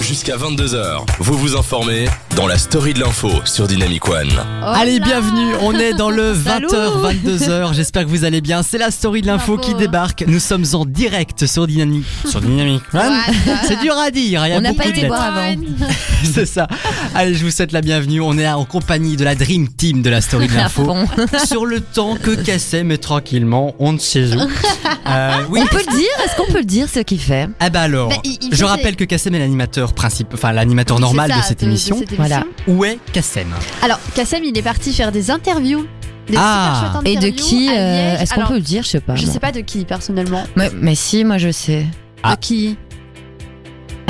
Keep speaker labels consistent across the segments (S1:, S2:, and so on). S1: jusqu'à 22h. Vous vous informez dans la story de l'info sur Dynamic One.
S2: Oh
S3: Oh
S4: Allez, bienvenue, on est dans le
S3: Salut.
S4: 20h, 22h, j'espère que vous allez bien. C'est la story de l'info
S3: Bravo.
S4: qui débarque. Nous sommes en direct sur Dynamic. Sur Dynamic C'est dur à dire, il y a
S3: On n'a
S4: beaucoup
S3: pas
S4: de
S3: été
S4: lettres.
S3: boire avant.
S4: C'est ça. Allez, je vous souhaite la bienvenue. On est en compagnie de la Dream Team de la story de
S3: À
S4: l'info.
S3: fond.
S4: Sur le temps que Cassem mais tranquillement, on ne sait où. Euh, oui.
S3: On peut le dire Est-ce qu'on peut le dire ce qu'il fait
S4: Ah bah alors,
S2: Bah, il- il
S4: je
S2: fait-
S4: rappelle que Kassem est l'animateur principal, enfin l'animateur
S2: C'est
S4: normal
S2: ça,
S4: de cette émission.
S3: Voilà.
S4: Où est Kassem
S2: Alors, Kassem, il est parti faire des interviews. Des
S4: Ah.
S2: super chouettes
S3: Et de
S2: interviews
S3: qui
S2: à
S3: euh,
S2: Liège.
S3: Est-ce qu'on
S2: Alors,
S3: peut le dire Je sais pas.
S2: Je
S3: moi.
S2: sais pas de qui, personnellement.
S3: Mais, mais si, moi je sais.
S4: Ah.
S2: De qui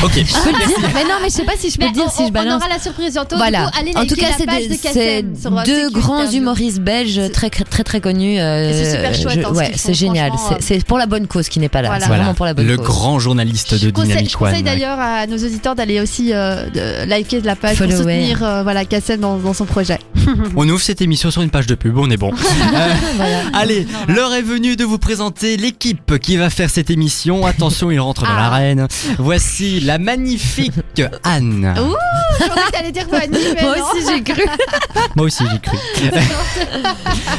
S4: Ok.
S3: Je peux le dire
S2: Mais non, mais je sais pas si je
S3: peux le dire
S2: on,
S3: si je
S2: on-
S3: balance.
S2: On aura la surprise bientôt.
S3: Voilà.
S2: Du coup, allez
S3: en tout
S2: liker
S3: cas,
S2: la
S3: c'est
S2: page
S3: des-
S2: de
S3: c'est
S2: Kassem sur, euh,
S3: deux
S2: CQ
S3: grands
S2: Interview.
S3: humoristes belges
S2: C'est-
S3: très très très connus. euh,
S2: c'est super chouette, hein, ce
S3: ouais,
S2: qu'ils font,
S3: c'est génial.
S2: franchement, euh.
S3: C'est- C'est pour la bonne cause qui n'est pas là.
S2: Voilà.
S3: C'est vraiment pour la bonne
S4: le
S3: cause.
S4: grand journaliste
S2: Je
S4: de
S2: conseille, je
S4: Dynamic
S2: conseille
S4: One.
S2: d'ailleurs à nos auditeurs d'aller aussi euh, de liker la page
S3: Follower.
S2: pour soutenir euh, voilà, Kassem dans, dans son projet.
S4: On ouvre cette émission sur une page de pub, on est bon. Euh, Allez, l'heure est venue de vous présenter l'équipe qui va faire cette émission. Attention, il rentre dans
S2: Ah.
S4: l'arène. Voici la magnifique Anne.
S2: Ouh. Je pensais que t'allais dire Fanny, mais
S3: Moi
S2: non.
S3: aussi j'ai cru.
S4: Moi aussi, j'y cru.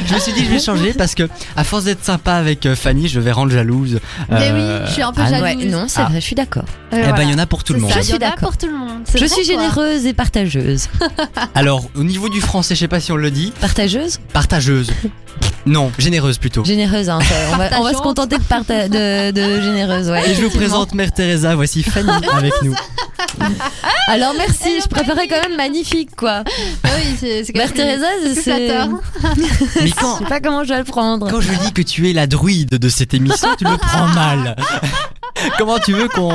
S4: je me suis dit, je vais changer parce que, à force d'être sympa avec euh, Fanny, je vais rendre jalouse.
S2: Mais
S4: euh,
S2: oui, je suis un peu
S4: Anne.
S2: jalouse.
S3: Ouais, non, c'est
S4: Ah.
S3: vrai, je suis d'accord.
S4: Eh
S2: Et
S4: ben,
S2: voilà.
S4: il y en a pour tout le
S2: C'est
S4: monde.
S2: ça,
S3: Je suis
S2: il y en a
S3: d'accord.
S2: pour tout le monde. C'est
S3: Je
S2: vrai,
S3: suis
S2: quoi.
S3: généreuse et partageuse.
S4: Alors, au niveau du français, je sais pas si on le dit,
S3: Partageuse
S4: partageuse. Non, généreuse plutôt.
S3: Généreuse, hein, ça, on, va, on va se
S2: Partageante.
S3: contenter de, parta- de, de généreuse. Ouais,
S4: Et je vous présente Mère Teresa, voici Fanny avec nous.
S3: Alors merci,
S2: Hello,
S3: je préférais quand même magnifique quoi.
S2: Ah oui, c'est c'est quand
S3: Mère
S2: même
S3: Bah, Teresa,
S2: plus
S3: c'est.
S2: flatteur.
S4: Mais quand,
S3: Je sais pas comment je vais le prendre.
S4: Quand je dis que tu es la druide de cette émission, tu le prends mal. Comment tu veux qu'on.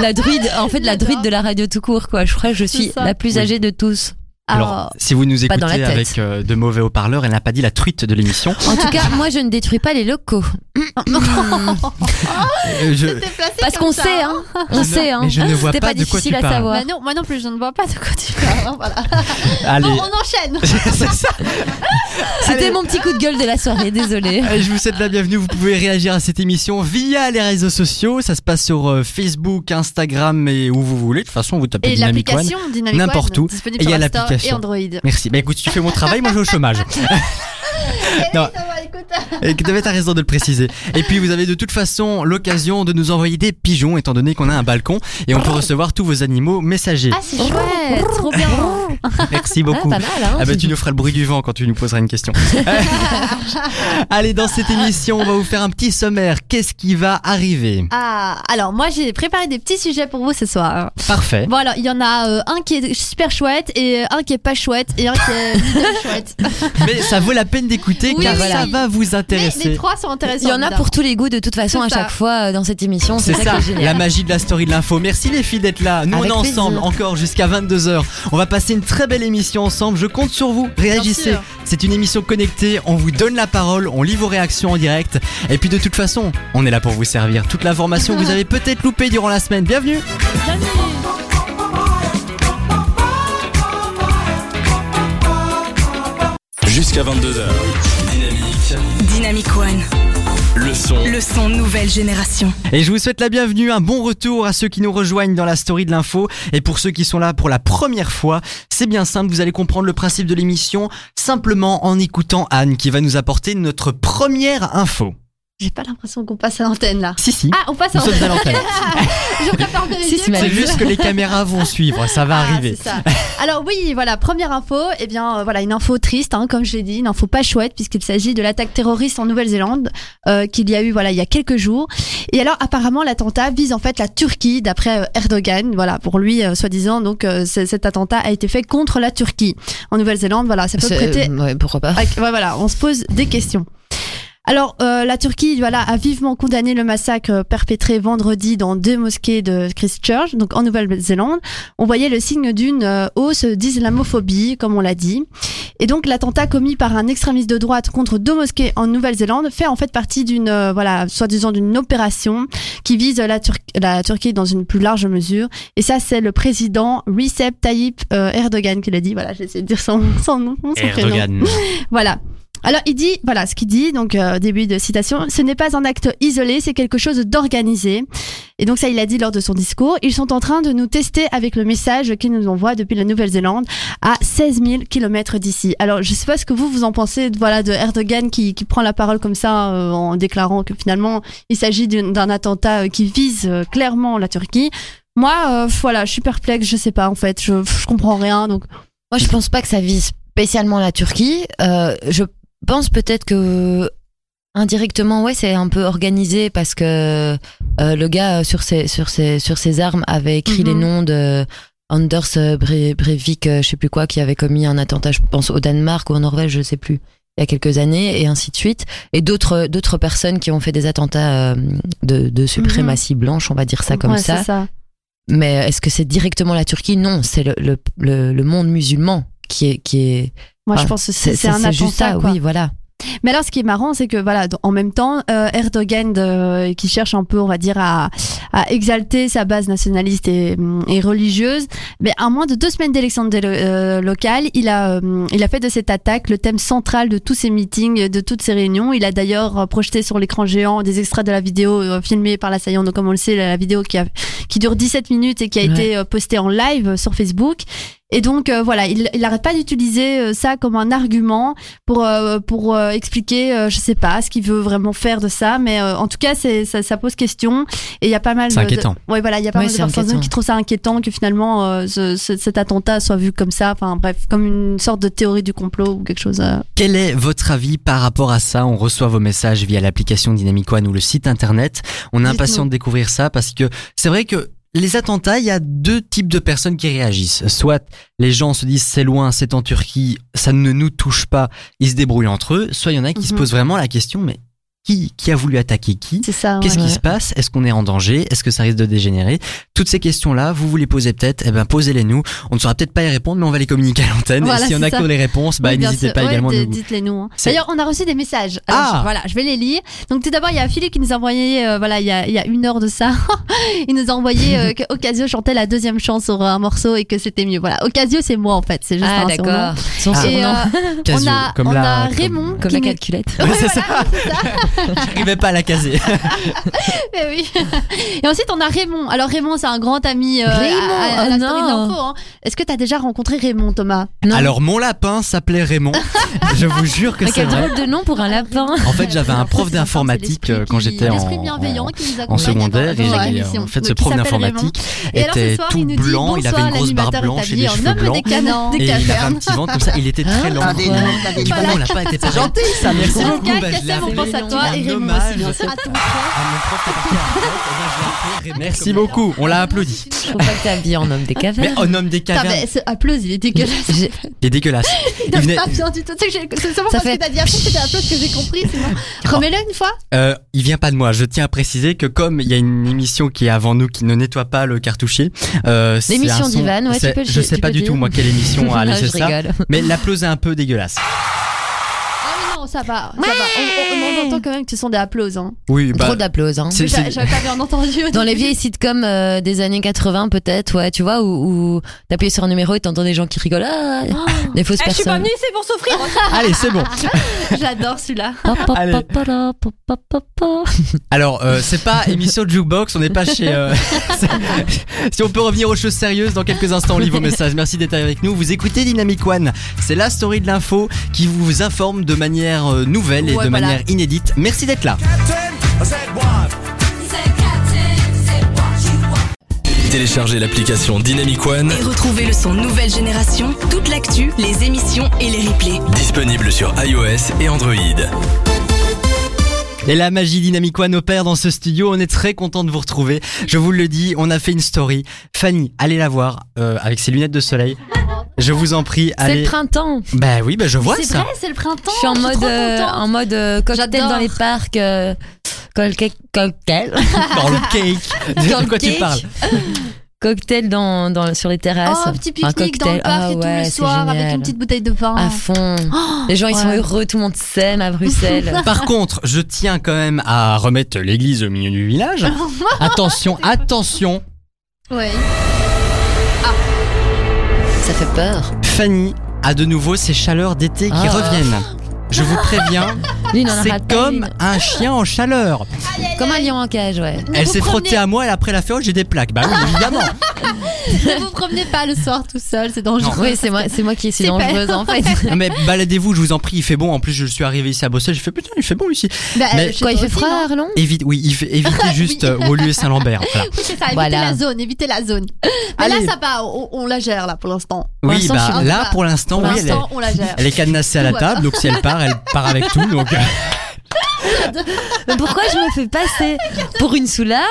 S3: La druide, en fait, la
S2: J'adore.
S3: druide de la radio tout court quoi. Je crois que je suis
S2: C'est ça.
S3: la plus
S4: Oui.
S3: âgée de tous.
S4: Alors, si vous nous
S3: Pas dans la
S4: écoutez
S3: tête.
S4: avec euh, de mauvais haut-parleurs, elle n'a pas dit la truite de l'émission.
S3: En tout cas, moi je ne détruis pas les locaux.
S4: Euh, je-
S2: T'es placé
S3: Parce
S2: comme
S3: qu'on
S2: ça,
S3: sait, hein.
S4: je
S3: On
S4: ne-
S3: sait, hein.
S4: Mais je ne vois
S3: C'était
S4: pas,
S3: pas
S4: de quoi tu
S3: difficile à
S4: parles.
S3: savoir.
S2: Bah non, moi non plus, je ne vois pas de quoi tu parles. hein, voilà.
S4: Allez.
S2: Bon,
S3: Oh,
S2: on enchaîne.
S4: C'est ça.
S3: C'était mon petit coup de gueule de la soirée, désolé.
S4: Allez, Je vous souhaite la bienvenue. Vous pouvez réagir à cette émission via les réseaux sociaux. Ça se passe sur euh, Facebook, Instagram et où vous voulez. De toute façon, vous tapez
S2: Et
S4: Dynamic One.
S2: l'application Dynamic
S4: N'importe
S2: One,
S4: où.
S2: disponible
S4: Et il y
S2: sur
S4: a
S2: App Store
S4: l'application.
S2: et Android.
S4: Merci. Bah écoute, si tu fais mon travail, moi je vais au chômage. Non.
S2: Eh oui, ça va, écoute.
S4: Et que t'avais ta raison de le préciser. Et puis vous avez de toute façon l'occasion de nous envoyer des pigeons étant donné qu'on a un balcon et on peut recevoir tous vos animaux messagers.
S2: Ah, c'est chouette, trop bien.
S4: Merci
S3: Ah,
S4: beaucoup.
S3: pas mal, hein.
S4: Ah bah tu nous feras le bruit du vent quand tu nous poseras une question. Allez, dans cette émission, on va vous faire un petit sommaire. Qu'est-ce qui va arriver
S2: Ah, alors moi j'ai préparé des petits sujets pour vous ce soir. hein.
S4: Parfait.
S2: Bon alors il y en a euh, un qui est super chouette et euh, un qui est pas chouette et un qui est middle chouette.
S4: Mais ça vaut la peine d'écouter
S2: Oui,
S4: car
S2: voilà.
S4: ça va vous
S2: Mais les
S4: intéresser.
S2: trois sont
S3: Il
S2: intéressants.
S3: y en a pour tous les goûts de toute façon
S2: C'est
S3: à
S2: ça.
S3: chaque fois euh, dans cette émission.
S4: C'est ça,
S3: qui est
S4: la
S3: génial.
S4: magie de la story de l'info. Merci les filles d'être là. Nous
S3: Avec
S4: on est ensemble
S3: plaisir.
S4: encore jusqu'à 22h. On va passer une très belle émission ensemble. Je compte sur vous. Réagissez.
S2: sûr.
S4: C'est une émission connectée. On vous donne la parole. On lit vos réactions en direct. Et puis de toute façon, on est là pour vous servir. Toute l'information que vous avez peut-être loupée durant la semaine. Bienvenue.
S1: Jusqu'à 22h. Dynamique.
S5: Dynamic One,
S1: Le son.
S5: le son nouvelle génération.
S4: Et je vous souhaite la bienvenue. Un bon retour à ceux qui nous rejoignent dans la story de l'info. Et pour ceux qui sont là pour la première fois, c'est bien simple. Vous allez comprendre le principe de l'émission simplement en écoutant Anne qui va nous apporter notre première info.
S2: J'ai pas l'impression qu'on passe à l'antenne là.
S4: Si, si.
S2: Ah, on passe à
S4: Nous sommes
S2: l'antenne.
S4: à l'antenne.
S2: Je préfère me
S3: Si, si, mais-
S4: C'est juste que les caméras vont suivre, ça va
S2: Ah,
S4: arriver.
S2: c'est ça. Alors oui, voilà, première info, eh bien euh, voilà, une info triste, hein, comme je l'ai dit, une info pas chouette, puisqu'il s'agit de l'attaque terroriste en Nouvelle-Zélande, euh, qu'il y a eu voilà, il y a quelques jours. Et alors apparemment l'attentat vise en fait la Turquie, d'après euh, Erdogan, voilà, pour lui, euh, soi-disant, donc euh, c- cet attentat a été fait contre la Turquie. En Nouvelle-Zélande, voilà, ça peut
S3: C'est-
S2: prêter
S3: ouais, pourquoi pas.
S2: Ok, ouais, voilà, on se pose des questions. Alors, euh, la Turquie voilà, a vivement condamné le massacre euh, perpétré vendredi dans deux mosquées de Christchurch, donc en Nouvelle-Zélande. On voyait le signe d'une euh, hausse d'islamophobie, comme on l'a dit. Et donc, l'attentat commis par un extrémiste de droite contre deux mosquées en Nouvelle-Zélande fait en fait partie d'une, euh, voilà, soi-disant d'une opération qui vise la, Tur- la Turquie dans une plus large mesure. Et ça, c'est le président Recep Tayyip euh, Erdogan qui l'a dit. Voilà, j'essaie de dire son, son nom, son prénom. Voilà. Alors il dit, voilà ce qu'il dit, donc euh, début de citation, ce n'est pas un acte isolé, c'est quelque chose d'organisé. Et donc ça, il l'a dit lors de son discours. Ils sont en train de nous tester avec le message qu'ils nous envoient depuis la Nouvelle-Zélande à 16 000 kilomètres d'ici. Alors je sais pas ce que vous vous en pensez, voilà, de Erdogan qui, qui prend la parole comme ça euh, en déclarant que finalement il s'agit d'une- d'un attentat euh, qui vise euh, clairement la Turquie. Moi, euh, voilà, je suis perplexe, je sais pas en fait, je, je comprends rien. Donc
S6: Moi, je pense pas que ça vise spécialement la Turquie. Euh, je pense peut-être que indirectement, ouais, c'est un peu organisé parce que euh, le gars euh, sur ses sur ses sur ses armes avait écrit
S2: Mhm.
S6: les noms de Anders euh, Bre- Breivik, euh, je sais plus quoi, qui avait commis un attentat, je pense au Danemark ou en Norvège, je sais plus, il y a quelques années, et ainsi de suite, et d'autres d'autres personnes qui ont fait des attentats euh, de, de suprématie blanche, on va dire ça comme
S2: ouais,
S6: ça.
S2: c'est ça.
S6: Mais est-ce que c'est directement la Turquie Non, c'est le, le, le, le monde musulman qui est qui est.
S2: Moi, je
S6: Ah,
S2: pense que c'est c'est un attentat.
S6: c'est juste ça,
S2: quoi.
S6: oui, voilà.
S2: Mais alors, ce qui est marrant, c'est que voilà, dans- en même temps, euh, Erdogan de- euh, qui cherche un peu, on va dire, à, à exalter sa base nationaliste et, hum, et religieuse, mais à moins de deux semaines d'élections dé- euh, locales, il a hum, il a fait de cette attaque le thème central de tous ses meetings, de toutes ses réunions. Il a d'ailleurs euh, projeté sur l'écran géant des extraits de la vidéo euh, filmée par l'assaillant. Donc, comme on le sait, la, la vidéo qui a qui dure 17 minutes et qui a
S6: Ouais.
S2: été euh, postée en live euh, sur Facebook. Et donc euh, voilà, il il n'arrête pas d'utiliser euh, ça comme un argument pour euh, pour euh, expliquer, euh, je sais pas, ce qu'il veut vraiment faire de ça, mais euh, en tout cas, c'est ça, ça pose question. Et il y a pas mal.
S4: C'est
S2: de-
S4: inquiétant.
S2: De, ouais, voilà, il y a pas
S6: Ouais,
S2: mal de
S6: c'est
S2: personnes
S6: inquiétant.
S2: qui trouvent ça inquiétant que finalement euh, ce- ce- cet attentat soit vu comme ça. Enfin bref, comme une sorte de théorie du complot ou quelque chose. euh.
S4: Quel est votre avis par rapport à ça On reçoit vos messages via l'application Dynamic One ou le site internet. On est
S2: Dites-nous.
S4: impatient de découvrir ça parce que c'est vrai que les attentats, il y a deux types de personnes qui réagissent. Soit les gens se disent c'est loin, c'est en Turquie, ça ne nous touche pas, ils se débrouillent entre eux. Soit il y en a qui se
S2: Mhm.
S4: posent vraiment la question mais qui, qui a voulu attaquer qui
S2: C'est ça.
S4: Qu'est-ce
S2: ouais.
S4: qui se passe Est-ce qu'on est en danger Est-ce que ça risque de dégénérer Toutes ces questions-là, vous vous les posez peut-être, eh ben posez-les nous. On ne saura peut-être pas y répondre, mais on va les communiquer à l'antenne.
S2: Voilà,
S4: et s'il y en
S2: c'est
S4: a
S2: ça.
S4: qui ont les réponses, bah,
S2: Oui, bien
S4: n'hésitez
S2: sûr.
S4: pas
S2: Ouais,
S4: également à
S2: d-
S4: nous.
S2: Dites-les nous. hein.
S4: C'est-
S2: D'ailleurs, on a reçu des messages. Alors,
S4: Ah
S2: je- voilà, je vais les lire. Donc tout d'abord, il y a Philippe qui nous a envoyé, euh, voilà, il y, a, il y a une heure de ça, il nous a envoyé euh, que Ocasio chantait la deuxième chance sur un morceau et que c'était mieux. Voilà, Ocasio, c'est moi en fait, c'est juste
S6: Ah,
S2: un surnom.
S6: d'accord. Son
S4: Ah.
S2: Et,
S6: surnom.
S2: euh, on
S4: Casio,
S2: a,
S4: comme
S2: on
S4: la-
S2: a
S4: comme-
S2: Raymond
S6: Comme
S2: qui
S6: la
S2: nous-
S6: calculette.
S4: Ouais, c'est ça. J'arrivais pas à la caser.
S2: Mais Eh oui. Et ensuite, on a Raymond. Alors Raymond, c'est un grand ami euh, à-
S6: Raymond,
S2: à, à la
S6: oh
S2: story de
S6: non.
S2: l'info, hein. Est-ce que tu as déjà rencontré Raymond, Thomas
S6: Non.
S4: Alors mon lapin s'appelait Raymond. Je vous jure que
S6: Mais
S4: c'est
S6: quel
S4: vrai.
S6: drôle de nom pour un lapin.
S4: En fait, j'avais un prof
S2: C'est sympa,
S4: d'informatique
S2: c'est l'esprit
S4: euh, quand
S2: qui-
S4: j'étais en,
S2: l'esprit bienveillant
S4: en-
S2: qui nous
S4: en
S2: accompagne
S4: secondaire.
S2: dans- dans chaque
S4: Et, euh,
S2: émission.
S4: en fait, ce
S2: Oui, qui
S4: prof
S2: s'appelle Raymond.
S4: d'informatique
S2: Et alors, ce
S4: était
S2: soir,
S4: tout
S2: il nous dit,
S4: blanc. Il avait
S2: bonsoir,
S4: une grosse barbe
S2: l'animateur est
S4: blanche et
S2: habillé
S4: des
S2: en
S4: cheveux
S2: homme hein.
S4: blancs.
S2: des canons.
S4: Et il avait un petit ventre comme ça. Il était très lent.
S6: Attendez,
S4: Voilà.
S6: non.
S4: Et du coup,
S2: Voilà.
S4: on l'a pas été
S2: Gentil,
S4: ça. Merci
S2: Lucas,
S4: beaucoup. Bah, je l'ai
S2: Cassem, on
S4: appelé
S2: pense à toi
S4: un
S2: et Raymond
S4: hommage
S2: aussi, bien sûr.
S4: à
S2: À ton
S4: mon prof qui est parti à la retraite. Eh ben, je l'ai appelé Raymond
S6: Merci
S4: comme-
S6: beaucoup.
S4: On l'a applaudi.
S6: Je trouve pas que t'habilles en homme des
S4: Mais
S6: cavernes.
S4: en homme des
S2: Putain,
S4: cavernes,
S2: mais ce applause, il est dégueulasse.
S6: J'ai-
S4: il est dégueulasse.
S2: Il
S4: venait-
S2: donne pas bien du tout. Tu sais que j'ai- C'est seulement
S6: Ça
S2: parce que
S6: fait-
S2: t'as dit après que c'était applause que j'ai compris. Sinon,
S4: Oh.
S2: remets-le une fois.
S4: Euh, il vient pas de moi. Je tiens à préciser que comme il y a une émission qui est avant nous qui ne nettoie pas le cartouchier, euh, c'est
S6: L'émission
S4: un son-
S6: d'Ivan, ouais, tu
S4: c'est-
S6: peux le-
S4: je sais
S6: tu
S4: pas
S6: peux
S4: du
S6: dire.
S4: tout moi quelle émission a
S6: Ah,
S4: laissé
S6: je
S4: ça,
S6: rigole.
S4: mais l'applause est un peu dégueulasse.
S2: Ah oui, non, ça va. Ça va. On, on- on entend quand même que ce sont des applauses. Hein.
S4: Oui, bah,
S6: Trop d'applauses. Hein.
S4: c'est-
S2: Mais j'a-
S4: c'est-
S2: J'avais pas bien entendu. au
S6: Dans les
S2: début.
S6: vieilles sitcoms euh, des années 80 peut-être, ouais, tu vois, où, où t'appuyais sur un numéro et t'entends des gens qui rigolent, ah, des fausses
S5: Eh, je suis pas
S6: personnes.
S5: venue, c'est pour souffrir.
S4: Allez, c'est bon.
S2: J'adore celui-là.
S6: Pa, pa, pa,
S4: Allez.
S6: pa, la, pa, pa, pa, pa.
S4: Alors, euh, c'est pas émission de jukebox, on n'est pas chez. euh, c'est- si on peut revenir aux choses sérieuses dans quelques instants, on lit vos messages. Merci d'être avec nous. Vous écoutez Dynamic One. C'est la story de l'info qui vous informe de manière euh, nouvelle et
S2: Ouais,
S4: de
S2: voilà.
S4: manière inédite. Merci d'être là.
S1: Téléchargez l'application Dynamic One,
S5: Et retrouvez le son nouvelle génération, toute l'actu, les émissions et les replays.
S1: disponible sur iOS et Android.
S4: Et la magie Dynamic One opère dans ce studio. On est très content de vous retrouver. Je vous le dis, on a fait une story. Fanny, allez la voir euh, avec ses lunettes de soleil. Je vous en prie,
S6: C'est
S4: allez.
S6: le printemps.
S4: bah oui, bah je vois
S2: C'est
S4: ça.
S2: vrai, c'est le printemps.
S6: Je suis en
S2: trop
S6: mode, euh,
S2: contente.
S6: en mode euh, cocktail
S2: J'adore.
S6: dans les parcs. euh, cocktail, cocktail,
S4: Dans le cake.
S6: Dans
S4: de
S6: le
S4: quoi tu
S6: cake.
S4: parles
S6: cocktail dans, dans, sur les terrasses.
S2: Oh, petit
S6: Un
S2: pique-nique dans
S6: cocktail.
S2: le parc
S6: Ah
S2: et tout
S6: ouais,
S2: le
S6: c'est
S2: soir avec
S6: génial. Ah,
S2: une petite bouteille de vin.
S6: À fond.
S2: Oh,
S6: Les gens, ils sont
S2: ouais.
S6: heureux, tout le monde s'aime à Bruxelles.
S4: Par contre, je tiens quand même à remettre l'église au milieu du village. Attention, attention,
S2: Ouais.
S6: Ça fait peur.
S4: Fanny a de nouveau ses chaleurs d'été qui
S6: Ah.
S4: reviennent. Je vous préviens,
S6: Lui, il en a
S4: c'est
S6: raté
S4: comme
S6: une.
S4: un chien en chaleur.
S6: Comme un lion en cage, ouais.
S4: Elle s'est frottée à moi et après la féroce, j'ai des plaques. Bah oui, évidemment.
S2: Ne vous promenez pas le soir tout seul, c'est dangereux.
S6: Oui, c'est moi, c'est moi qui suis
S2: C'est pas-
S6: dangereuse en fait.
S4: Non, mais baladez-vous, je vous en prie, il fait bon. En plus, je suis arrivé ici à Bruxelles, j'ai fait putain, il fait bon ici.
S2: Bah,
S4: Mais-
S2: chez
S6: Quoi, il
S2: toi
S6: fait
S2: aussi,
S6: froid,
S2: non
S6: Arlon
S4: Évite, oui, il fait- évitez juste euh, Woluwe et Saint-Lambert. voilà.
S2: Oui, c'est ça, évitez
S6: Voilà.
S2: la zone, évitez la zone. Mais
S4: Allez.
S2: là, ça va, on, on la gère là pour l'instant.
S6: Pour
S4: Oui,
S6: l'instant, je
S4: bah
S6: suis-
S4: là, pour l'instant,
S2: Pour
S4: oui, elle est,
S2: l'instant, on la gère.
S4: elle est cadenassée à la
S2: Tout va
S4: table, donc si elle part, elle part avec tout. Donc, euh,
S6: Mais pourquoi je me fais passer pour une soularde,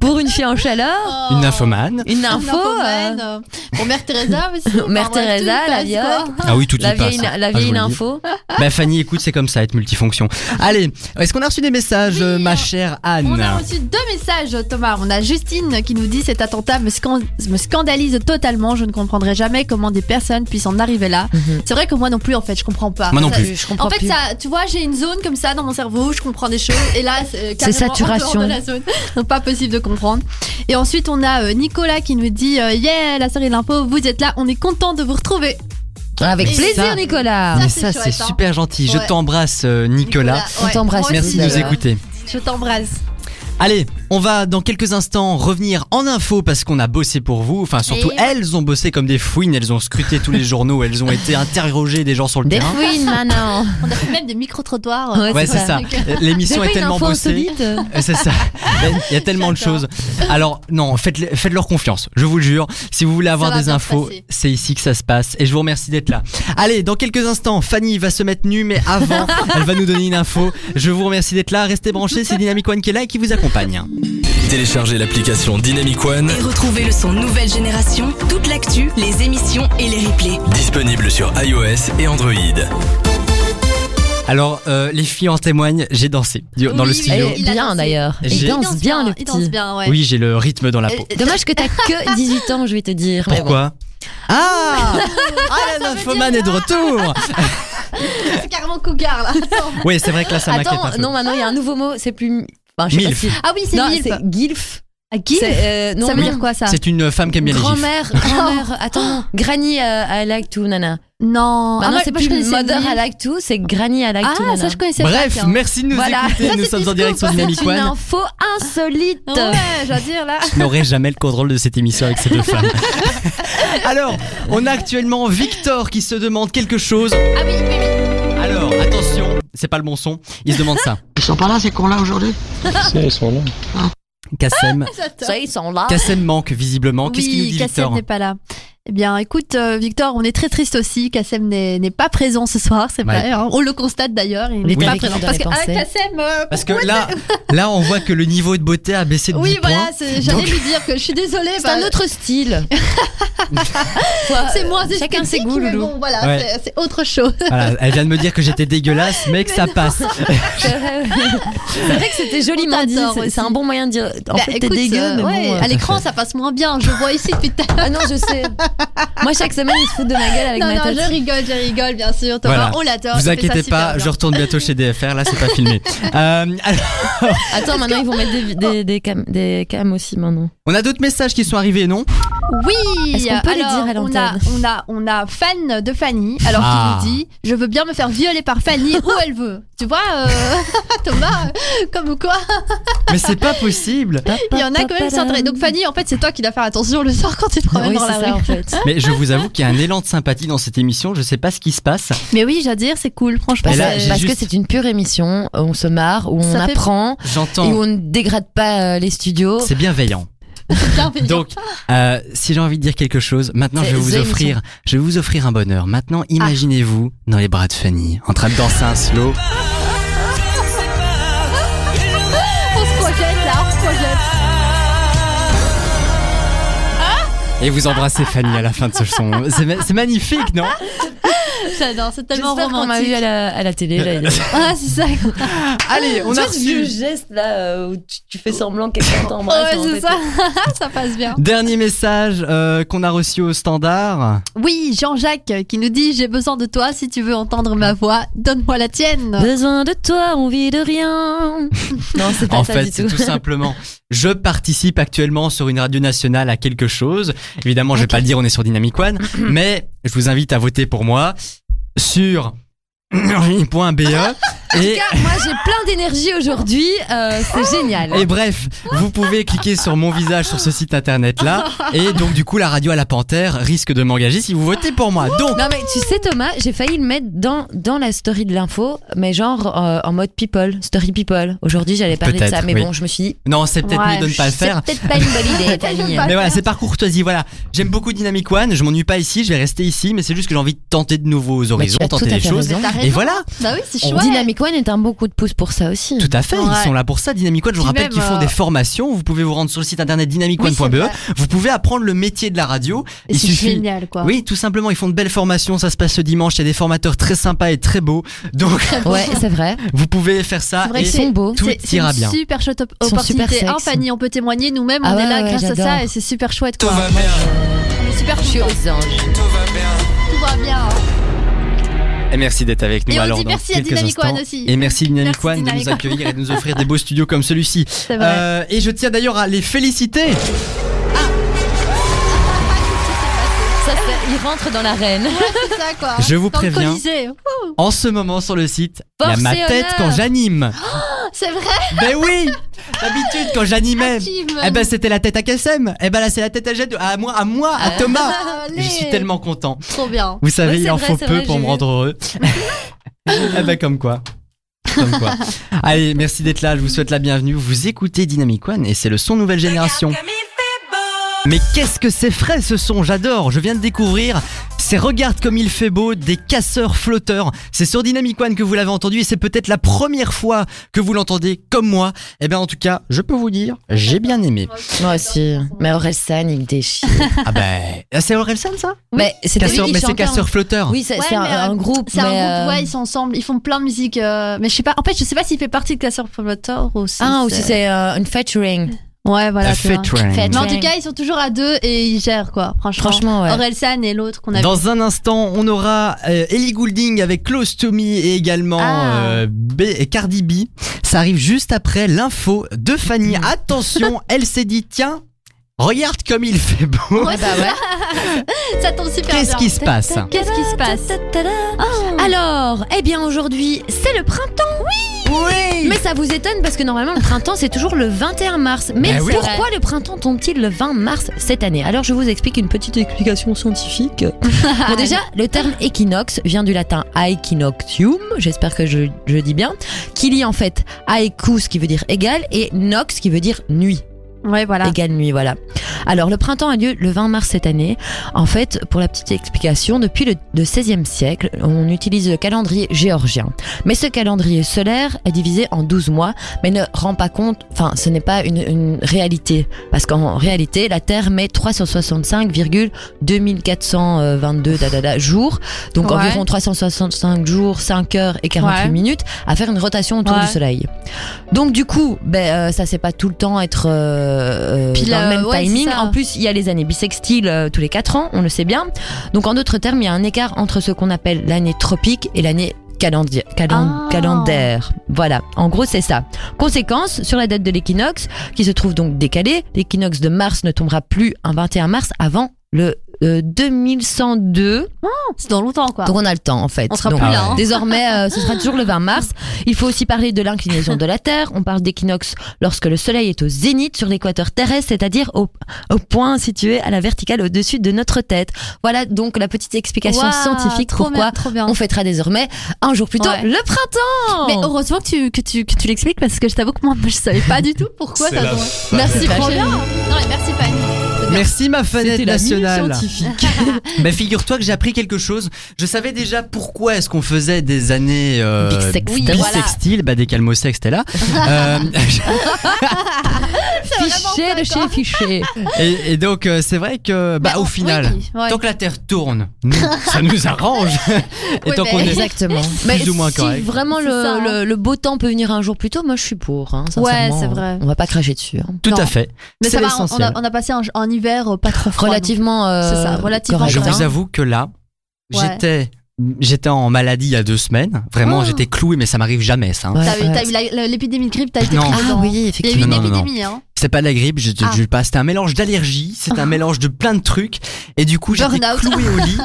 S6: pour une fille en chaleur,
S2: Oh,
S4: une nymphomane.
S6: une info euh,
S2: nymphomane, euh, Pour Mère Teresa aussi. enfin,
S6: Mère
S2: voilà,
S6: Teresa,
S2: tout
S6: la
S2: passe,
S6: vieille.
S2: quoi.
S4: Ah oui, tout
S6: La
S4: y passe.
S6: vieille,
S4: hein.
S6: la
S4: Ah, je
S6: vieille
S4: vous le dis.
S6: info.
S4: Bah Fanny, écoute, c'est comme ça, être multifonction. Allez, est-ce qu'on a reçu des messages,
S2: Oui,
S4: euh, ma
S2: on-
S4: chère Anne
S2: On a reçu deux messages, Thomas. On a Justine qui nous dit cet attentat me, scan- me scandalise totalement. Je ne comprendrai jamais comment des personnes puissent en arriver là.
S6: Mhm.
S2: C'est vrai que moi non plus, en fait, je comprends pas.
S4: Moi non
S2: Ça-
S4: plus.
S6: Je
S2: En
S6: comprends
S2: fait,
S6: plus.
S2: ça, tu vois, j'ai une zone comme ça dans mon cerveau, je comprends des choses, et là, c'est euh, carrément en
S6: saturation.
S2: dehors de la zone, donc pas possible de comprendre. Et ensuite, on a euh, Nicolas qui nous dit euh, Yeah, la série de l'info, vous êtes là, on est content de vous retrouver.
S6: Avec
S2: Mais
S6: plaisir,
S4: ça-
S6: Nicolas.
S4: Mais
S2: c'est
S4: ça, c'est
S2: chouette, hein.
S4: super gentil. Je
S2: Ouais.
S4: t'embrasse, euh, Nicolas.
S6: On
S2: ouais,
S6: t'embrasse,
S2: moi
S4: Merci
S2: aussi,
S4: de
S6: Nicolas.
S4: nous
S2: euh,
S4: écouter.
S2: Je t'embrasse.
S4: Allez, on va dans quelques instants revenir en info parce qu'on a bossé pour vous. Enfin, surtout,
S2: Et-
S4: elles ont bossé comme des fouines. Elles ont scruté tous les journaux. Elles ont été interrogées des gens sur le
S6: Des
S4: terrain.
S6: fouines, maintenant.
S2: On a fait même des micro-trottoirs.
S6: Ouais,
S4: Ouais,
S6: c'est
S4: c'est ça. L'émission
S6: J'ai pas une
S4: est tellement
S6: info
S4: bossée.
S6: insolite.
S4: Euh, C'est ça. Mais Il y a tellement de
S2: J'adore.
S4: choses. Alors, non, faites-le- faites-leur confiance. Je vous le jure. Si vous voulez avoir
S2: va
S4: des
S2: bien
S4: infos,
S2: se passer.
S4: c'est ici que ça se passe. Et je vous remercie d'être là. Allez, dans quelques instants, Fanny va se mettre nue, mais avant, elle va nous donner une info. Je vous remercie d'être là. Restez branchés. C'est Dynamic One qui est là et qui vous accompagne.
S1: Téléchargez l'application Dynamic One,
S5: Et retrouvez le son nouvelle génération, toute l'actu, les émissions et les replays.
S1: disponible sur iOS et Android.
S4: Alors, euh, les filles en témoignent. J'ai dansé du- dans le
S2: Oui, eh,
S4: studio.
S2: oui.
S6: Et
S2: Il a
S6: bien
S2: dansé.
S6: d'ailleurs.
S4: Et
S6: Il
S4: j'ai-
S6: danse bien, le
S2: il danse
S6: petit.
S2: bien, ouais.
S4: Oui, j'ai le rythme dans la
S2: Et-
S4: peau.
S2: et-
S6: Dommage que t'as que 18 ans, je vais te
S2: eh,
S6: dire. Mais bon.
S4: Pourquoi Ah Ah, la nymphomane est de retour
S2: C'est carrément cougar, là. Attends.
S4: Oui, c'est vrai que là, ça m'inquiète un
S6: Attends,
S4: peu.
S6: non, maintenant il y a un nouveau mot, c'est plus. Enfin, je sais pas
S4: Milf.
S6: si.
S2: Ah oui, c'est
S6: Non,
S2: Gilf.
S6: c'est Gilf.
S2: Ah, Gilf
S6: C'est, euh, non,
S2: Ça veut
S6: non.
S2: dire Oh. quoi, ça
S4: C'est une femme qui aime bien les gifs.
S6: Grand-mère, grand-mère, attends, granny euh, I like to nana.
S2: Non.
S6: Maintenant,
S2: Oh, ah, moi,
S6: Bah c'est
S2: moi, je
S6: plus
S2: connaissais
S6: mother
S2: Gilf.
S6: I like to, c'est granny I like to
S2: Ah,
S6: nana.
S2: ça, je connaissais
S4: Bref,
S2: pas. tiens.
S4: merci de nous
S6: Voilà.
S4: écouter.
S2: Ça,
S4: nous
S2: c'est
S4: sommes en
S2: Disco,
S4: direct sur
S2: ça, c'est
S4: Dynamic
S6: une
S4: One.
S6: info insolite.
S2: Ah Ouais, je veux dire là.
S4: Je n'aurai jamais le contrôle de cette émission avec ces deux femmes. Alors, on a actuellement Victor qui se demande quelque chose.
S2: Ah oui, oui, oui.
S4: Alors, attention, c'est pas le bon son. Il se demande ça. Ah.
S7: Ils sont pas là, ces cons-là, aujourd'hui
S8: Si, ils sont là.
S4: Kassem,
S6: Ça, ils sont là.
S4: Kassem manque visiblement. Qu'est-ce qu'il nous
S2: oui,
S4: dit
S2: Kassem
S4: Victor
S2: n'est pas là. Eh bien, écoute, euh, Victor, on est très triste aussi. Kassem n'est n'est pas présent ce soir, c'est
S4: Ouais.
S2: vrai. hein. On le constate d'ailleurs. Il n'est
S6: Oui.
S2: pas
S6: Avec
S2: présent.
S6: nous dans
S2: Parce
S6: les
S2: que ah,
S6: pensées.
S2: Kassem. euh,
S4: Parce que là, là, on voit que le niveau de beauté a baissé de
S2: oui,
S4: 10
S2: voilà,
S4: points.
S2: c'est- j'allais lui dire que je suis désolée.
S6: C'est
S2: bah,
S6: un autre style.
S2: C'est moins
S6: Chacun ses
S2: esthétique,
S6: goûts,
S2: mais
S6: Loulou.
S2: Bon, voilà,
S4: Ouais.
S2: c'est- c'est autre chose.
S4: Voilà, elle vient de me dire que j'étais dégueulasse, mais que ça passe.
S6: c'est vrai que c'était joliment
S2: On
S6: dit.
S2: t'adore
S6: c'est-
S2: aussi.
S6: C'est un bon moyen de dire. En
S2: Bah,
S6: fait, t'es
S2: écoute,
S6: dégueu,
S2: euh,
S6: mais
S2: ouais,
S6: bon. euh,
S2: à l'écran, ça passe moins bien. Je vois ici depuis tout à l'heure.
S6: Ah non, je sais. Moi, chaque semaine, ils se foutent de ma gueule avec
S2: Non,
S6: ma
S2: non,
S6: tête.
S2: je rigole, je rigole, bien sûr. Thomas,
S4: Voilà.
S2: on l'adore. il
S4: Vous
S2: fait ça
S4: inquiétez
S2: super
S4: pas,
S2: bien.
S4: je retourne bientôt chez DFR. Là, c'est pas filmé. Euh, alors,
S6: Attends, maintenant, ils vont mettre des, des, des, cam, des cams aussi maintenant.
S4: on a d'autres messages qui sont arrivés, non
S2: Oui.
S6: Est-ce qu'on peut les
S2: alors,
S6: dire à
S2: on a, on a, on a fan de Fanny. Alors
S4: Ah.
S2: qui nous dit, je veux bien me faire violer par Fanny où elle veut. Tu vois, euh, Thomas, euh, comme quoi,
S4: Mais c'est pas possible.
S2: il y en a quand même qui s'entraînent. Donc Fanny, en fait, c'est toi qui dois faire attention le soir quand tu te promènes
S6: Ah Oui,
S2: dans la
S6: c'est ça,
S2: rue.
S6: en fait.
S4: Mais je vous avoue qu'il y a un élan de sympathie dans cette émission. Je sais pas ce qui se passe.
S2: Mais oui, Jadir, c'est cool, franchement.
S6: Parce,
S4: Et là,
S6: que-
S4: j'ai
S6: parce que
S4: juste-
S6: c'est une pure émission, euh, on se marre, où on
S2: Ça fait-
S6: apprend, et
S4: J'entends.
S6: où on ne dégrade pas euh, les studios.
S4: C'est bienveillant.
S2: c'est bienveillant.
S4: Donc, euh, si j'ai envie de dire quelque chose, maintenant je vais
S6: C'est Ah.
S4: vous
S6: the
S4: offrir, je vais vous offrir un bonheur. Maintenant, imaginez-vous dans les bras de Fanny, en train de danser un slow.
S2: on se projette là, on se projette.
S4: Et vous embrassez Fanny à la fin de ce son. C'est ma- c'est magnifique, non
S2: J'adore, c'est tellement
S6: J'espère qu'on m'a vu
S2: romantique.
S6: à la, à la télé. j'allais dire.
S2: Ah, c'est ça.
S4: Allez, on a
S6: Tu sais, ce vieux
S4: reçu.
S6: geste là euh, où tu, tu fais semblant que quelqu'un t'embrasse.
S2: Ouais,
S6: en
S2: c'est
S6: fait.
S2: ça. ça passe bien.
S4: Dernier message euh, qu'on a reçu au standard.
S2: Oui, Jean-Jacques euh, qui nous dit J'ai besoin de toi si tu veux entendre ma voix, donne-moi la tienne.
S6: Besoin de toi, on vit de rien. Non, c'est pas
S4: En
S6: ça
S4: fait,
S6: du
S4: c'est
S6: tout.
S4: tout simplement, je participe actuellement sur une radio nationale à quelque chose. Évidemment, je vais pas le dire, on est sur Dynamic One, mais je vous invite à voter pour moi sur Virginie.be.
S6: En
S4: E. Et,
S6: tout cas, moi j'ai plein d'énergie aujourd'hui, euh,
S2: Ah.
S6: c'est génial.
S4: et bref, vous pouvez cliquer sur mon visage sur ce site internet là. Et donc, du coup, la radio à la panthère risque de m'engager si vous votez pour moi. Donc,
S6: Non mais tu sais Thomas, j'ai failli le mettre dans, dans la story de l'info, mais genre euh, en mode people, story people. Aujourd'hui j'allais parler de
S4: Peut-être,
S6: ça, mais
S4: oui.
S6: bon je me suis dit,
S4: non, c'est peut-être
S2: Ouais,
S4: mieux de ne pas le
S6: c'est
S4: faire.
S6: peut-être pas une bonne idée Camille.
S4: Mais voilà, c'est par courtoisie. Voilà, j'aime beaucoup Dynamic One. Je m'ennuie pas ici. Je vais rester ici, mais c'est juste que j'ai envie de tenter de nouveaux
S6: Mais tu
S4: horizons,
S6: as tout
S4: tenter
S6: à
S4: des
S6: fait
S4: choses.
S6: raison.
S4: Et voilà,
S3: Bah oui, c'est
S4: On
S3: chouette.
S6: Dynamic One est un beau coup de pouce pour ça aussi.
S4: tout à fait. Ils
S3: Ouais.
S4: sont là pour ça. Dynamic One. Je vous
S3: Puis
S4: rappelle
S3: même,
S4: qu'ils font
S3: euh,
S4: des formations. Vous pouvez vous rendre sur le site internet dynamicone.be. E. vous pouvez apprendre le métier de la radio.
S2: Et
S4: Il
S2: c'est
S4: suffit.
S2: génial, quoi.
S4: Oui, tout simplement, ils font de belles formations, ça se passe ce dimanche, il y a des formateurs très sympas et très beaux, donc
S6: Ouais, c'est vrai.
S4: vous pouvez faire ça
S2: C'est vrai
S4: ah, et
S2: que
S6: Ils sont beaux.
S4: tout
S2: C'est- c'est
S4: ira
S2: une
S4: bien.
S2: Super chouette op-
S6: Ils sont super sexy.
S2: opportunité. Hein, Fanny, on peut témoigner nous-mêmes,
S6: Ah
S2: on
S6: ouais,
S2: est là
S6: ouais,
S2: grâce à
S6: j'adore.
S2: ça et c'est super chouette
S1: Tout
S2: quoi.
S1: va bien.
S2: On est super
S6: Je suis
S2: contents.
S6: aux anges.
S2: Tout va bien. hein.
S4: Et merci d'être avec nous
S2: Et on
S4: alors
S2: dit
S4: dans
S2: merci à
S4: quelques
S2: Dynamic One
S4: instants.
S2: aussi.
S4: Et merci Dynamic
S2: Merci
S4: One de
S2: Dynamic
S4: nous
S2: One.
S4: accueillir et de nous offrir des beaux studios comme celui-ci.
S2: C'est vrai.
S4: Euh, et je tiens d'ailleurs à les féliciter.
S2: Euh,
S6: Ça, c'est- il rentre dans l'arène.
S2: C'est ça quoi.
S4: Je vous
S2: Dans le
S4: préviens.
S2: Colisée.
S4: En ce moment sur le site, il y
S6: Force
S4: a ma
S6: et
S4: tête
S6: honneur.
S4: quand j'anime.
S2: C'est vrai.
S4: ben oui D'habitude quand j'animais,
S2: Achievement.
S4: eh ben c'était la tête à KSM. Eh ben là c'est la tête à Jade, à moi, à moi, à Thomas. Je
S2: Allez.
S4: suis tellement content.
S2: trop bien.
S4: Vous savez,
S6: Ah. Ouais,
S4: il
S6: c'est
S4: en
S6: vrai,
S4: faut
S6: c'est
S4: peu
S6: vrai,
S4: pour
S6: j'ai
S4: me
S6: vu.
S4: rendre heureux. ah bah comme quoi. Comme quoi. Allez, merci d'être là, je vous souhaite la bienvenue. Vous écoutez Dynamic One et c'est le son nouvelle génération. Mais qu'est-ce que c'est frais ce son, j'adore, je viens de découvrir. C'est Regarde comme il fait beau des casseurs flotteurs. C'est sur Dynamic One que vous l'avez entendu et c'est peut-être la première fois que vous l'entendez comme moi. Eh bien en tout cas, je peux vous dire, j'ai bien aimé.
S6: Moi aussi. Mais Orelsan, il déchire.
S4: Ah ben, c'est Orelsan ça
S6: Mais c'est
S4: Casseurs-
S6: lui
S4: Mais
S6: qui
S4: c'est hein.
S6: chantait en-
S4: casseurs flotteurs.
S6: Oui, c'est
S2: Ouais,
S6: c'est un,
S2: mais, euh,
S6: un groupe.
S2: C'est un
S6: mais,
S2: groupe,
S6: euh,
S2: ouais, ils sont ensemble, ils font plein de musique, euh, mais je sais pas, en fait, je sais pas s'il fait partie de Classeur Promotor ou si.
S6: Ah, ou si c'est euh, une featuring.
S2: Ouais, voilà.
S4: Euh,
S2: tu vois.
S4: featuring.
S6: Fait-
S2: Mais en
S6: Ouais.
S2: tout cas, ils sont toujours à deux et ils gèrent, quoi, franchement.
S6: Franchement, ouais.
S2: Orelsan et l'autre qu'on a
S4: Dans un instant, on aura euh, Ellie Goulding avec Close to Me et également
S2: Ah.
S4: euh, B- et Cardi B. Ça arrive juste après l'info de Fanny.
S2: Mm.
S4: Attention, elle s'est dit tiens, regarde comme il fait beau.
S2: Ouais,
S6: bah ouais.
S2: vu. Ça tombe super
S4: Qu'est-ce
S2: bien.
S4: qui se passe
S2: Qu'est-ce qui se passe
S6: Alors, eh bien aujourd'hui, c'est le printemps.
S4: Oui.
S6: Mais ça vous étonne parce que normalement le printemps c'est toujours le 21 mars. Mais
S4: Ben oui.
S6: pourquoi le printemps tombe-t-il le 20 mars cette année Alors je vous explique une petite explication scientifique. Bon, déjà, le terme équinoxe vient du latin aequinoxium, j'espère que je, je dis bien, qui lie en fait aequus qui veut dire égal et nox qui veut dire nuit.
S2: Ouais, voilà.
S6: Égale nuit, voilà. Alors, le printemps a lieu le 20 mars cette année. En fait, pour la petite explication, depuis le le XVIe siècle, on utilise le calendrier géorgien. Mais ce calendrier solaire est divisé en 12 mois, mais ne rend pas compte, enfin, ce n'est pas une, une réalité. Parce qu'en réalité, la Terre met 365,2422 euh, da, da, da, jours, donc
S2: Ouais.
S6: environ 365 jours, 5 heures et 48
S2: Ouais.
S6: minutes, à faire une rotation autour
S2: Ouais.
S6: du Soleil. Donc du coup, ben, euh, ça c'est pas tout le temps être euh, euh,
S2: Puis
S6: dans
S2: là,
S6: le même
S2: ouais, c'est
S6: timing.
S2: ça.
S6: En plus, il y a les années bissextiles euh, tous les 4 ans, on le sait bien. Donc en d'autres termes, il y a un écart entre ce qu'on appelle l'année tropique et l'année calendier- calen-
S2: Ah.
S6: calendaire. Voilà, en gros c'est ça. Conséquence, sur la date de l'équinoxe, qui se trouve donc décalée, l'équinoxe de mars ne tombera plus un 21 mars avant le euh, 2102.
S2: C'est dans longtemps, quoi.
S6: Donc on a le temps en fait.
S2: On sera
S6: Donc,
S2: plus
S4: Ah
S2: là.
S4: ouais.
S2: hein.
S6: Désormais, euh, ce sera toujours le 20 mars. Il faut aussi parler de l'inclinaison de la Terre. On parle d'équinoxe lorsque le Soleil est au zénith sur l'équateur terrestre, c'est-à-dire au, au point situé à la verticale au-dessus de notre tête. Voilà donc la petite explication
S2: Waouh,
S6: scientifique
S2: trop
S6: pourquoi
S2: bien, trop bien.
S6: on fêtera désormais un jour plus tôt
S2: Ouais.
S6: le printemps.
S2: Mais heureusement que tu, que tu, que tu l'expliques parce que je t'avoue que moi je savais pas du tout pourquoi
S1: C'est
S2: ça
S1: la
S2: tombait.
S1: fin.
S2: Merci
S6: Pas
S2: trop
S6: cher.
S2: bien. Non mais merci Fanny.
S4: Merci ma fanette nationale.
S6: scientifique.
S4: Bah figure-toi que j'ai appris quelque chose. Je savais déjà pourquoi est-ce qu'on faisait des années euh,
S6: Bissextes. Oui, voilà.
S4: bissextiles. Bah des calmosexes, t'es là. Euh,
S6: Fiché de chez fiché.
S4: et, et donc euh, c'est vrai que bah
S2: Mais on-
S4: au final.
S2: oui, ouais.
S4: Tant que la Terre tourne, nous, ça nous arrange. Et
S2: Oui,
S4: tant
S2: mais-
S4: qu'on est.
S6: Exactement.
S4: Plus
S6: Mais
S4: ou moins
S6: si
S4: correct.
S6: vraiment
S2: C'est
S6: le,
S2: ça, hein.
S6: le- le beau temps peut venir un jour plus tôt, moi je suis pour. hein, sincèrement.
S2: c'est vrai.
S6: On va pas cracher dessus. hein.
S4: Tout
S2: Non.
S4: à fait.
S2: Mais
S4: C'est
S2: ça va, on- on
S4: l'essentiel.
S2: a, on a passé un, un hiver euh, pas trop froid.
S6: Relativement. euh,
S2: C'est ça, relativement
S6: correct,
S4: Je
S2: Attends.
S6: hein.
S4: vous avoue que là,
S2: Ouais.
S4: j'étais. J'étais en maladie il y a deux semaines. Vraiment,
S2: Oh.
S4: j'étais cloué, mais ça m'arrive jamais, ça. hein.
S2: donc.
S6: Ouais,
S2: T'as eu,
S6: ouais.
S2: t'as eu la- la- l'épidémie de grippe, t'as été
S4: Non.
S2: pris
S6: Ah
S2: dedans.
S6: oui,
S2: Il y a eu
S6: effectivement.
S2: une
S4: Non, non, non.
S2: épidémie, hein.
S4: C'était pas de la grippe, je te
S2: Ah.
S4: jure pas. C'était un mélange d'allergies, c'était un mélange de plein de trucs. Et du coup, j'étais
S2: Burnout.
S4: cloué au lit.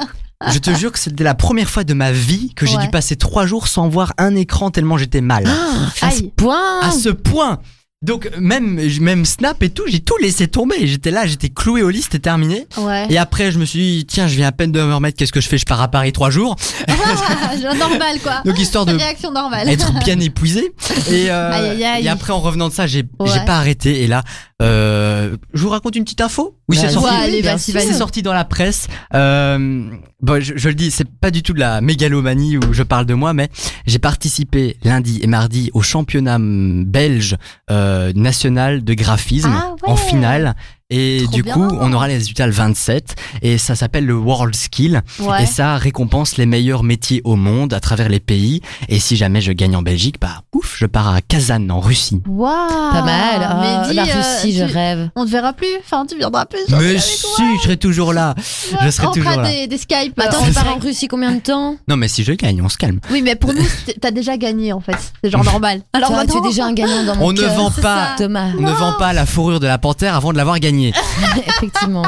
S4: Je te jure que c'était la première fois de ma vie que j'ai
S2: Ouais.
S4: dû passer trois jours sans voir un écran tellement j'étais mal.
S6: à ce
S2: Aïe.
S6: point
S4: à ce point. Donc même même Snap et tout, j'ai tout laissé tomber. J'étais là, j'étais cloué au lit, c'était terminé.
S2: Ouais.
S4: Et après, je me suis dit tiens, je viens à peine de me remettre. Qu'est-ce que je fais Je pars à Paris trois jours.
S2: Ah, normal quoi.
S4: Donc histoire de
S2: Réaction normale.
S4: être bien épuisé. Et, euh,
S2: Aïe, aïe, aïe.
S4: et après, en revenant de ça, j'ai
S2: Ouais.
S4: j'ai pas arrêté. Et là, euh, je vous raconte une petite info. Oui, c'est
S6: Vas-y.
S4: sorti.
S2: Ouais, allez,
S6: bien
S2: vas-y,
S6: sûr.
S4: C'est
S2: vas-y.
S4: sorti dans la presse. Euh, bon, je, je le dis, c'est pas du tout de la mégalomanie où je parle de moi, mais j'ai participé lundi et mardi au championnat mm, belge euh, national de graphisme
S2: Ah ouais.
S4: en finale. Et
S2: Trop
S4: du
S2: bien.
S4: coup, on aura les résultats le 27 et ça s'appelle le World Skill
S2: Ouais.
S4: et ça récompense les meilleurs métiers au monde à travers les pays. Et si jamais je gagne en Belgique, bah ouf, je pars à Kazan en Russie.
S2: Waouh.
S6: Pas mal.
S2: Mais
S6: Ah,
S2: dis,
S6: la
S2: euh,
S6: Russie, je
S2: tu-
S6: rêve.
S2: On te verra plus. Enfin, tu viendras plus. on est
S4: Mais
S2: avec
S4: si, je serai toujours là.
S2: toi.
S4: je serai
S2: on
S4: toujours
S2: fera
S4: là.
S2: des, des Skype.
S6: Attends,
S2: euh,
S6: tu
S2: en
S6: pars en
S2: direct.
S6: Russie combien de temps
S4: Non, mais si je gagne, on se calme.
S2: Oui, mais pour nous, c'est- t'as déjà gagné en fait. C'est genre normal. Alors
S6: Toi, Tu es
S2: maintenant-
S6: déjà un gagnant dans mon
S4: On ne
S6: cœur.
S4: vend
S2: c'est
S4: pas.
S6: Thomas,
S4: On ne vend pas la fourrure de la panthère avant de l'avoir gagnée.
S6: effectivement.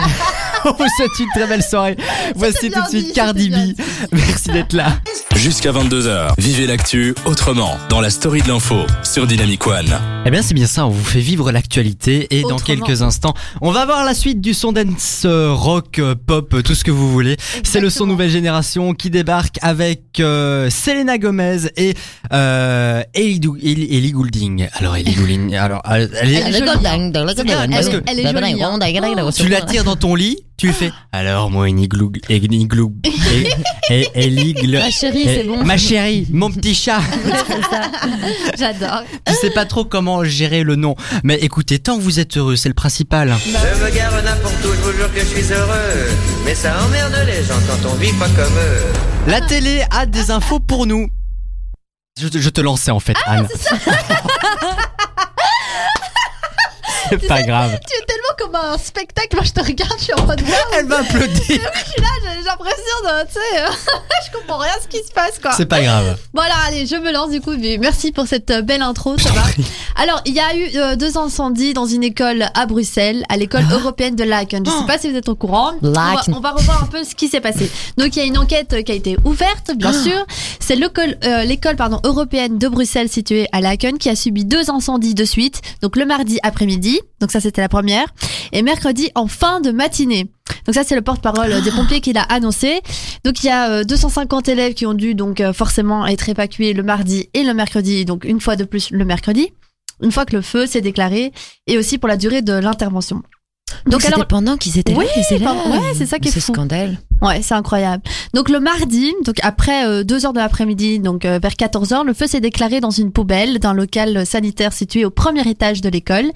S4: On vous souhaite une très belle soirée. Voici tout
S2: bien
S4: de suite
S2: dit,
S4: Cardi
S2: c'était
S4: B. Merci d'être là.
S1: Jusqu'à 22h, vivez l'actu autrement dans la story de l'info sur Dynamic One.
S4: Eh bien, c'est bien ça, on vous fait vivre l'actualité et dans
S2: Autrement.
S4: quelques instants, on va voir la suite du son dance euh, rock, euh, pop, euh, tout ce que vous voulez. C'est le son nouvelle génération qui débarque avec euh, Selena Gomez et euh, Ellie, Dou- Ellie- Ellie Goulding. Alors, Ellie Goulding, alors, elle- elle est-
S2: Elle est jolie, hein.
S6: Elle
S4: Parce que-
S2: elle est jolie, hein.
S4: tu la tires dans ton lit, tu lui fais
S6: Ah.
S4: Alors, moi, Ellie Gloug, Ellie Gloug, et- et- Ellie Glo-
S6: Ma chérie, c'est
S4: et-
S6: bon.
S4: Ma chérie, mon petit chat.
S2: J'adore.
S4: Je sais pas trop comment gérer le nom. Mais écoutez, tant que vous êtes heureux, c'est le principal.
S7: Je me gare n'importe où, je vous jure que je suis heureux. Mais ça emmerde les gens quand on vit pas comme eux.
S4: La télé a des infos pour nous. Je, te- je te lançais en fait,
S2: Ah,
S4: Anne. C'est pas grave.
S2: Tu es tellement comme un spectacle. Moi, je te regarde, je suis en mode. waouh,
S4: Elle va applaudir.
S2: J'ai l'impression de. Tu sais, euh, je comprends rien à ce qui se passe quoi.
S4: C'est pas grave.
S2: Voilà, allez, je me lance du coup. mais Merci pour cette euh, belle intro, ça va. Alors, il y a eu euh, deux incendies dans une école à Bruxelles, à l'école européenne de Laken. Je sais pas si vous êtes au courant. On va,
S6: Laeken.
S2: on va revoir un peu ce qui s'est passé. Donc, il y a une enquête euh, qui a été ouverte, bien sûr. C'est l'école euh, l'école, pardon européenne de Bruxelles située à Laken qui a subi deux incendies de suite. Donc, le mardi après-midi, donc ça c'était la première, et mercredi en fin de matinée. Donc ça c'est le porte-parole euh, des pompiers qui l'a annoncé. Donc il y a euh, 250 élèves qui ont dû donc euh, forcément être évacués le mardi et le mercredi, donc une fois de plus le mercredi, une fois que le feu s'est déclaré et aussi pour la durée de l'intervention.
S6: Donc
S2: Donc alors
S6: c'était pendant qu'ils étaient
S2: Oui,
S6: là, les élèves.
S2: pardon. Ouais, c'est ça qui est
S6: Ce
S2: fou.
S6: scandale.
S2: Ouais, c'est incroyable. Donc le mardi, donc après 2 heures de l'après-midi, donc euh, vers 14 heures, le feu s'est déclaré dans une poubelle d'un local sanitaire situé au premier étage de l'école.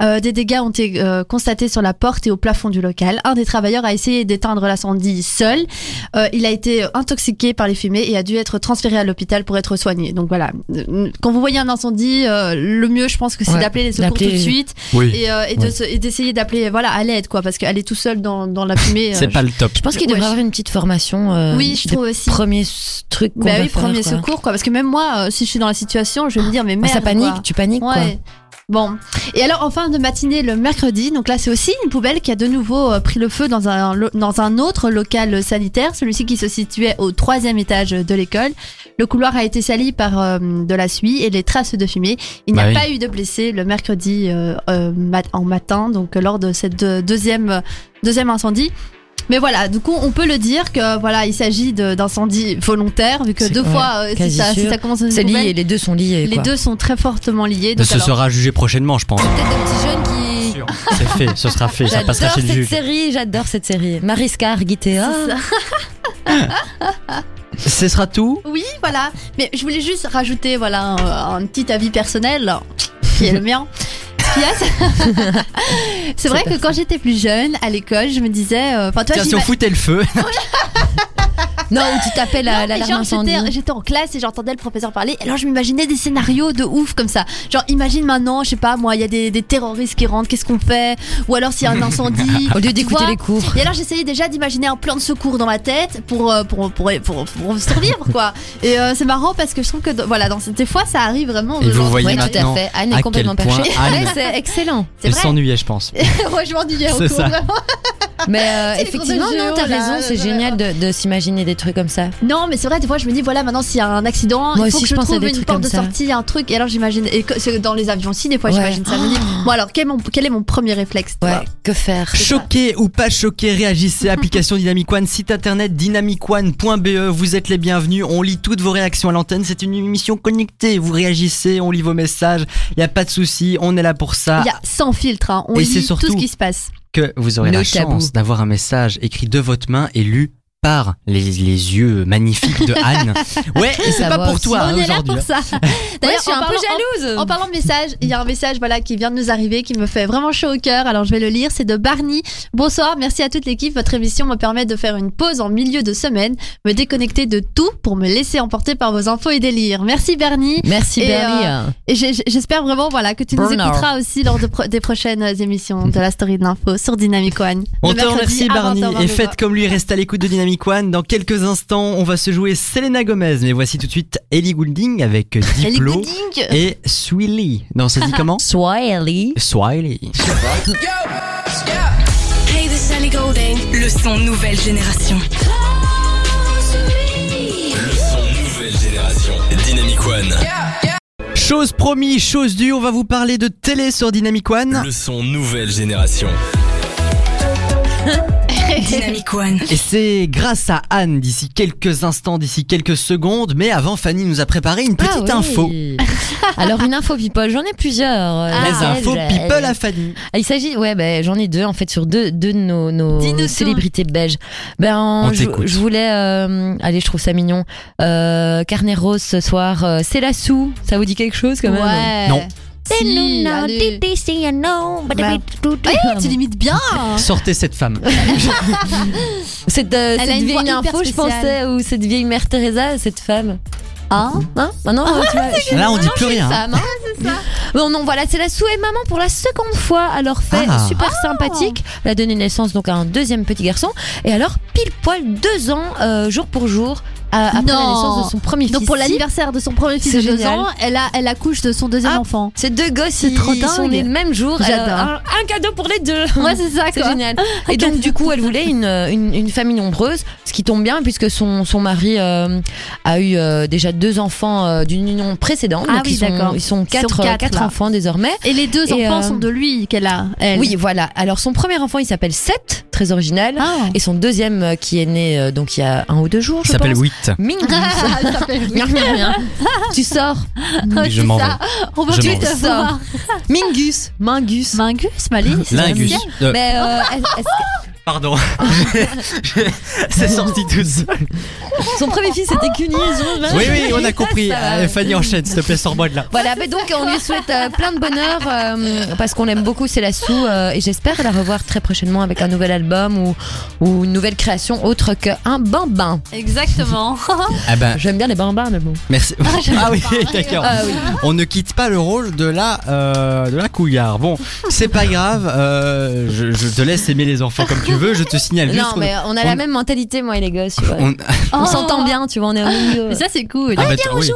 S2: Euh, des dégâts ont été euh, constatés sur la porte et au plafond du local. Un des travailleurs a essayé d'éteindre l'incendie seul. Euh, il a été intoxiqué par les fumées et a dû être transféré à l'hôpital pour être soigné. Donc voilà, Euh, quand vous voyez un incendie, euh, le mieux je pense que c'est
S6: Ouais,
S2: d'appeler les secours tout
S6: d'appeler-
S2: de suite
S4: Oui.
S2: et, euh, et de
S4: Ouais.
S2: se- et d'essayer d'appeler voilà à l'aide quoi, parce qu'aller tout seul dans, dans la fumée.
S4: C'est
S2: euh,
S4: pas le top.
S6: Je pense qu'il
S2: Ouais,
S6: devrait
S2: je-
S6: avoir une petite formation. euh,
S2: oui, je
S6: des
S2: trouve aussi.
S6: Premiers s- trucs qu'on
S2: Bah
S6: va
S2: oui,
S6: faire,
S2: premier
S6: quoi.
S2: secours, quoi. Parce que même moi, euh, si je suis dans la situation, je vais me dire, mais
S6: Ah,
S2: merde.
S6: ça panique,
S2: quoi.
S6: tu paniques quoi.
S2: Ouais. Bon. Et alors, en fin de matinée, le mercredi, donc là, c'est aussi une poubelle qui a de nouveau euh, pris le feu dans un, lo- dans un autre local sanitaire, celui-ci qui se situait au troisième étage de l'école. Le couloir a été sali par euh, de la suie et les traces de fumée. Il n'y a
S4: Bah oui.
S2: pas eu de blessés le mercredi euh, euh, mat- en matin, donc euh, lors de cette deux- deuxième, euh, deuxième incendie. Mais voilà, du coup, on peut le dire que voilà, il s'agit de- d'incendies volontaires, vu que
S6: C'est-
S2: deux
S6: ouais,
S2: fois, euh, si,
S6: quasi
S2: ça, si
S6: sûr.
S2: ça commence dans une
S6: C'est lié,
S2: poubelle,
S6: les deux sont liés.
S2: les
S6: quoi.
S2: deux sont très fortement liés. Donc
S4: Ce
S2: alors-
S4: sera jugé prochainement, je pense.
S6: Peut-être des petits jeunes qui.
S4: C'est fait, ce sera fait, ça
S6: J'adore
S4: passera chez
S6: cette
S4: le juge.
S6: série, j'adore cette série. Mariska hein. Hargitay.
S2: C'est ça.
S4: Ce sera tout.
S2: Oui, voilà. Mais je voulais juste rajouter voilà un, un petit avis personnel qui est le mien. Ce qu'il y a, c'est- C'est vrai que quand j'étais plus jeune à l'école, je me disais, euh, enfin toi,
S4: Tiens, si on
S2: j'imagine- euh,
S4: foutait le feu.
S6: Non, où tu t'appelles
S2: Non,
S6: la
S2: mais
S6: l'alarme
S2: genre, j'étais-
S6: incendie.
S2: J'étais en classe et j'entendais le professeur parler. Alors je m'imaginais des scénarios de ouf comme ça. Genre imagine maintenant, je sais pas moi, il y a des, des terroristes qui rentrent, qu'est-ce qu'on fait Ou alors s'il y a un incendie.
S6: Au lieu
S2: tu
S6: d'écouter
S2: vois.
S6: les cours.
S2: Et alors j'essayais déjà d'imaginer un plan de secours dans ma tête pour euh, pour pour, pour, pour survivre quoi. Et euh, c'est marrant parce que je trouve que dans- voilà dans des fois ça arrive vraiment.
S4: Et
S2: de
S4: vous
S2: genre-
S4: voyez
S2: Ouais,
S6: tout à
S4: maintenant
S6: fait. Anne
S4: à
S6: est complètement
S4: quel point
S6: perchée.
S4: Anne-
S6: Ouais, c'est excellent.
S2: C'est
S4: Elle
S2: vrai.
S4: s'ennuyait, je pense.
S2: Ouais, je m'ennuyais au
S4: C'est
S2: cours,
S4: ça.
S2: vraiment.
S6: Mais euh,
S3: C'est les
S6: effectivement,
S3: cours de
S6: non,
S3: géo,
S6: t'as
S3: là,
S6: raison, c'est
S3: ouais.
S6: génial de, de s'imaginer des trucs comme ça.
S2: Non, mais c'est vrai, des fois, je me dis, voilà, maintenant, s'il y a un accident,
S6: Moi
S2: il faut
S6: aussi,
S2: que
S6: je
S2: je,
S6: pense à
S2: trouve
S6: des
S2: une
S6: trucs
S2: porte de
S6: comme ça.
S2: sortie, un truc. Et alors, j'imagine, et que- c'est dans les avions aussi, des fois,
S6: Ouais. Ah.
S2: j'imagine ça. Je me dis, bon, alors, quel, est mon, quel est mon premier réflexe tu
S6: Ouais,
S2: vois
S6: que faire
S4: Choqué ou pas choqué, réagissez. Application Dynamic One, site internet dynamicone.be. Vous êtes les bienvenus. On lit toutes vos réactions à l'antenne. C'est une émission connectée. Vous réagissez, on lit vos messages. Il y a pas de souci. On est là pour ça.
S2: Il y a sans filtre, hein. on
S4: Et c'est
S2: lit
S4: surtout-
S2: tout ce qui se passe.
S4: Que vous aurez
S6: No
S4: la
S6: tabou.
S4: chance d'avoir un message écrit de votre main et lu par les, les yeux magnifiques de Anne. Ouais, et c'est
S6: Ça
S4: pas
S6: va
S4: pour
S6: aussi.
S4: toi hein,
S2: on est là
S4: aujourd'hui.
S2: pour ça.
S3: Ouais,
S2: D'ailleurs,
S3: je suis
S2: en
S3: un peu
S2: parlant-
S3: jalouse.
S2: En parlant de message, il y a un message voilà qui vient de nous arriver qui me fait vraiment chaud au cœur. Alors je vais le lire, c'est de Barney. Bonsoir, merci à toute l'équipe. Votre émission me permet de faire une pause en milieu de semaine, me déconnecter de tout pour me laisser emporter par vos infos et délires. Merci Barney.
S6: Merci
S2: Et,
S6: Bernie.
S2: Et j'ai- j'ai- j'espère vraiment voilà que tu nous
S6: Bernard.
S2: écouteras aussi lors de pro- des prochaines émissions de la story de l'info sur Dynamic One.
S4: On
S2: Le
S4: te
S2: mercredi
S4: remercie
S2: à
S4: Barney
S2: 20h22.
S4: et faites comme lui, reste à l'écoute de Dynamic One. Dans quelques instants, on va se jouer Selena Gomez. Mais voici tout de suite Ellie Goulding avec
S2: Ellie
S4: Diplo
S2: Goulding.
S4: et Swilly. Non, ça se dit comment
S6: Swiley.
S4: Swiley.
S5: Hey, this is Ellie Goulding. Le son nouvelle génération.
S1: Le son nouvelle génération. Dynamic One.
S4: Chose promis, chose due, on va vous parler de télé sur Dynamic One.
S1: Le son nouvelle génération.
S5: Dynamic One.
S4: Et c'est grâce à Anne d'ici quelques instants, d'ici quelques secondes. Mais avant, Fanny nous a préparé une petite
S6: Ah oui.
S4: info.
S6: Alors une info people, j'en ai plusieurs.
S4: Les
S6: Ah,
S4: infos
S6: je-
S4: people à Fanny.
S6: Il s'agit, ouais, ben j'en ai deux en fait sur deux, deux de nos, nos
S2: Dis-nous tout.
S6: célébrités belges. Ben
S4: On
S6: je,
S4: t'écoute.
S6: je voulais, euh, allez, je trouve ça mignon. Euh, Carnet rose ce soir, euh, c'est la sou. Ça vous dit quelque chose quand même
S2: Ouais.
S4: Non.
S2: Si, allez. Bah. Eh, tu limites bien.
S6: Ah.
S4: Sortez cette femme.
S6: Cette, euh,
S2: Elle a
S6: cette
S2: une voix
S6: vieille
S2: hyper
S6: info, je
S2: spéciale.
S6: pensais, ou cette vieille mère Teresa, cette femme.
S2: Hein
S6: Hein Ah non, tu vois, je-
S4: Là, on dit plus rien. hein.
S6: femme, hein. Bon, non, voilà, c'est la sou et maman pour la seconde fois. Alors, fait
S4: Ah.
S6: super sympathique. Elle a donné naissance donc à un deuxième petit garçon. Et alors, pile poil deux ans, euh, jour pour jour, à- après la
S2: Non.
S6: naissance de son premier
S2: Donc
S6: fils.
S2: pour
S6: Si,
S2: l'anniversaire de son premier fils de
S6: C'est
S2: 2
S6: génial.
S2: ans, elle, a, elle accouche de son deuxième
S6: Ah.
S2: enfant.
S6: Ces deux gosses,
S2: C'est
S6: ils
S2: trop
S6: sont
S2: dingue.
S6: nés le même jour.
S2: J'adore.
S6: Elle a Un, un cadeau pour les deux.
S2: Moi c'est ça
S6: C'est
S2: quoi.
S6: génial. Et donc, du coup, elle voulait une, une, une famille nombreuse, ce qui tombe bien puisque son, son mari euh, a eu euh, déjà deux enfants euh, d'une union précédente.
S2: Ah
S6: Donc,
S2: oui,
S6: ils sont,
S2: d'accord.
S6: ils sont quatre,
S2: quatre,
S6: quatre
S2: là.
S6: enfants désormais.
S2: Et les deux
S6: Et,
S2: enfants
S6: euh,
S2: sont de lui qu'elle a. Elle.
S6: Oui, voilà. Alors son premier enfant, il s'appelle Seth, très original.
S2: Ah.
S6: Et son deuxième, euh, qui est né euh, donc il y a un ou deux jours,
S4: Il
S6: je
S4: s'appelle
S6: pense.
S4: Witt.
S6: Ming.
S2: Elle s'appelle oui.
S6: Miam, miam, miam. tu sors. Ah,
S2: Ouais,
S4: Je
S2: c'est
S4: m'en
S2: ça.
S4: vais.
S2: On va
S4: Je
S2: plus
S4: m'en
S2: te
S6: vais.
S2: voir.
S6: Mingus. Mingus.
S2: Mingus, Malice.
S4: Lingus. Euh,
S6: Mais euh, est-ce- est-ce
S4: Pardon. J'ai- j'ai- C'est sorti tout seul.
S6: que son premier fils c'était qu'une liaison, hein
S4: Oui, oui, on a compris.
S6: Ça va.
S4: Euh, Fanny enchaîne, s'il te plaît, sors-moi de là.
S6: Voilà, mais donc on lui souhaite euh, plein de bonheur euh, parce qu'on l'aime beaucoup, c'est la sou euh, et j'espère la revoir très prochainement avec un nouvel album ou, ou une nouvelle création autre qu'un bambin.
S2: Exactement.
S4: Ah ben,
S6: J'aime bien les bambins mais bon.
S4: merci. Ah oui, d'accord.
S6: Ah oui.
S4: On ne quitte pas le rôle de la, euh, de la couillard. Bon, c'est pas grave. euh, je, je te laisse aimer les enfants comme tu veux. Je te signale juste.
S6: Non
S4: qu'on-
S6: mais on a
S4: on-
S6: la même mentalité moi et les gosses, tu vois.
S4: on-
S6: On
S2: Oh.
S6: s'entend bien, tu vois, on est au milieu.
S2: Mais ça c'est cool.
S4: Ah bah, t- oui.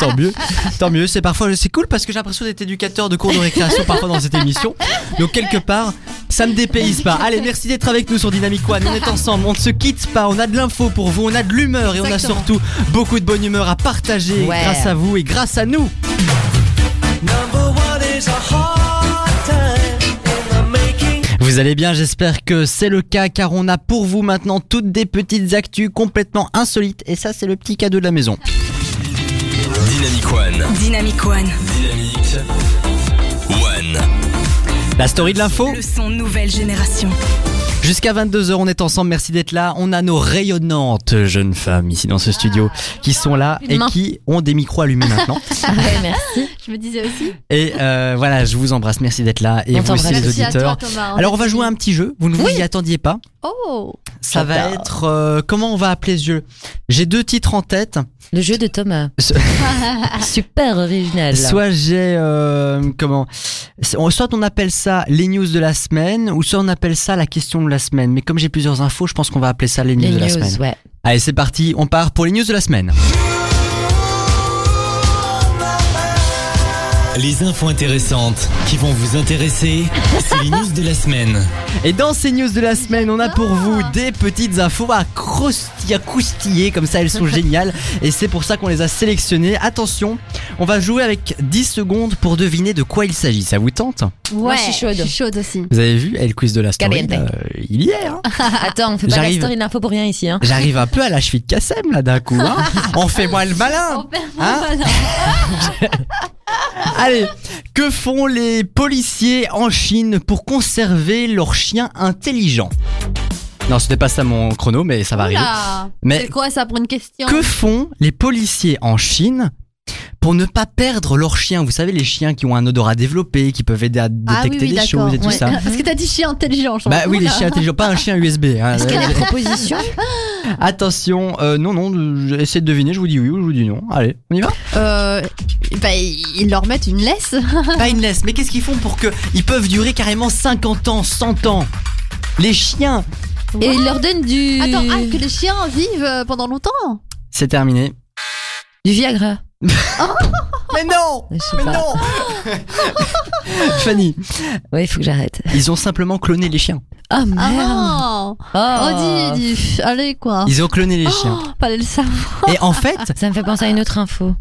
S4: tant mieux, tant mieux. C'est parfois, c'est cool parce que j'ai l'impression d'être éducateur de cours de récréation parfois dans cette émission. Donc quelque part, ça me dépayse pas. Allez, merci d'être avec nous sur Dynamic One. On est ensemble, on ne se quitte pas. On a de l'info pour vous, on a de l'humeur et on a
S2: Exactement.
S4: surtout beaucoup de bonne humeur à partager
S6: Ouais.
S4: grâce à vous et grâce à nous. Vous allez bien, j'espère que c'est le cas car on a pour vous maintenant toutes des petites actus complètement insolites et ça c'est le petit cadeau de la maison.
S1: Dynamic One.
S5: Dynamic One.
S1: Dynamic One.
S4: La story de l'info
S5: Le son nouvelle génération.
S4: Jusqu'à 22h, on est ensemble. Merci d'être là. On a nos rayonnantes jeunes femmes ici dans ce studio qui sont là et
S6: Ah, Une main.
S4: qui ont des micros allumés maintenant.
S6: Ouais, merci.
S2: Je me disais aussi.
S4: Et euh, voilà, je vous embrasse. Merci d'être là et
S6: On
S4: vous aussi
S6: t'embrasse.
S4: les
S2: Merci à
S4: auditeurs.
S2: toi Thomas. hein.
S4: Alors on va jouer à un petit jeu. Vous ne vous y attendiez pas.
S2: Oh.
S4: Ça va
S6: J'adore.
S4: être euh, comment on va appeler ce jeu. J'ai deux titres en tête.
S6: Le jeu de Thomas.
S4: Ce-
S6: Super original.
S4: Soit j'ai euh, comment Soit on appelle ça les news de la semaine ou soit on appelle ça la question de la semaine. Mais comme j'ai plusieurs infos, je pense qu'on va appeler ça les news
S6: les
S4: de la
S6: news,
S4: semaine.
S6: ouais.
S4: Allez, c'est parti, on part pour les news de la semaine.
S8: les infos intéressantes qui vont vous intéresser, c'est les news de la semaine.
S4: Et dans ces news de la semaine, on a pour vous des petites infos à croustiller, à croustiller, comme ça elles sont géniales. Et c'est pour ça qu'on les a sélectionnées. Attention, on va jouer avec 10 secondes pour deviner de quoi il s'agit. Ça vous tente
S3: Moi, je suis chaude.
S2: Je suis chaude aussi.
S4: Vous avez vu, elle quiz de la story,
S6: Caliente.
S4: euh, il y est. hein.
S6: Attends, on fait pas la
S4: J'arrive.
S6: story de l'info pour rien ici. Hein.
S4: J'arrive un peu à la cheville de Kassem là d'un coup. hein. On fait moi le
S2: Ah.
S4: malin. Hein Allez, que font les policiers en Chine pour conserver leurs chiens intelligents Non, ce n'est pas ça mon chrono, mais ça va arriver.
S2: Oula,
S4: Mais-
S2: c'est quoi ça pour une question
S4: Que font les policiers en Chine pour ne pas perdre leurs chiens Vous savez, les chiens qui ont un odorat développé, qui peuvent aider à
S2: Ah oui,
S4: détecter des
S2: oui, d'accord,
S4: choses et tout
S2: ouais.
S4: ça.
S2: Parce que t'as dit chien intelligent, je
S4: Bah
S2: pense.
S4: oui, les
S2: Oula.
S4: chiens intelligents, pas un chien USB. hein.
S6: Est-ce qu'il y a des propositions
S4: Attention, euh, non, non, essayez de deviner, je vous dis oui ou je vous dis non. Allez, on y va
S2: Euh, bah, ils leur mettent une laisse.
S4: Pas une laisse, mais qu'est-ce qu'ils font pour que ils peuvent durer carrément 50 ans, 100 ans Les chiens
S6: Et il leur donne du.
S2: Attends, ah, que les chiens vivent euh, pendant longtemps
S4: C'est terminé.
S6: Du Viagra.
S4: Mais non
S6: Je sais
S4: Mais
S6: pas.
S4: non Fanny,
S6: Ouais, il faut que j'arrête.
S4: ils ont simplement cloné les chiens.
S6: Oh merde.
S2: Ah non
S6: Oh,
S2: Oh, dis, dis, pff, allez quoi
S4: Ils ont cloné les chiens.
S2: Oh, Fallait le savoir
S4: Et en fait,
S6: Ça me fait penser à une autre info.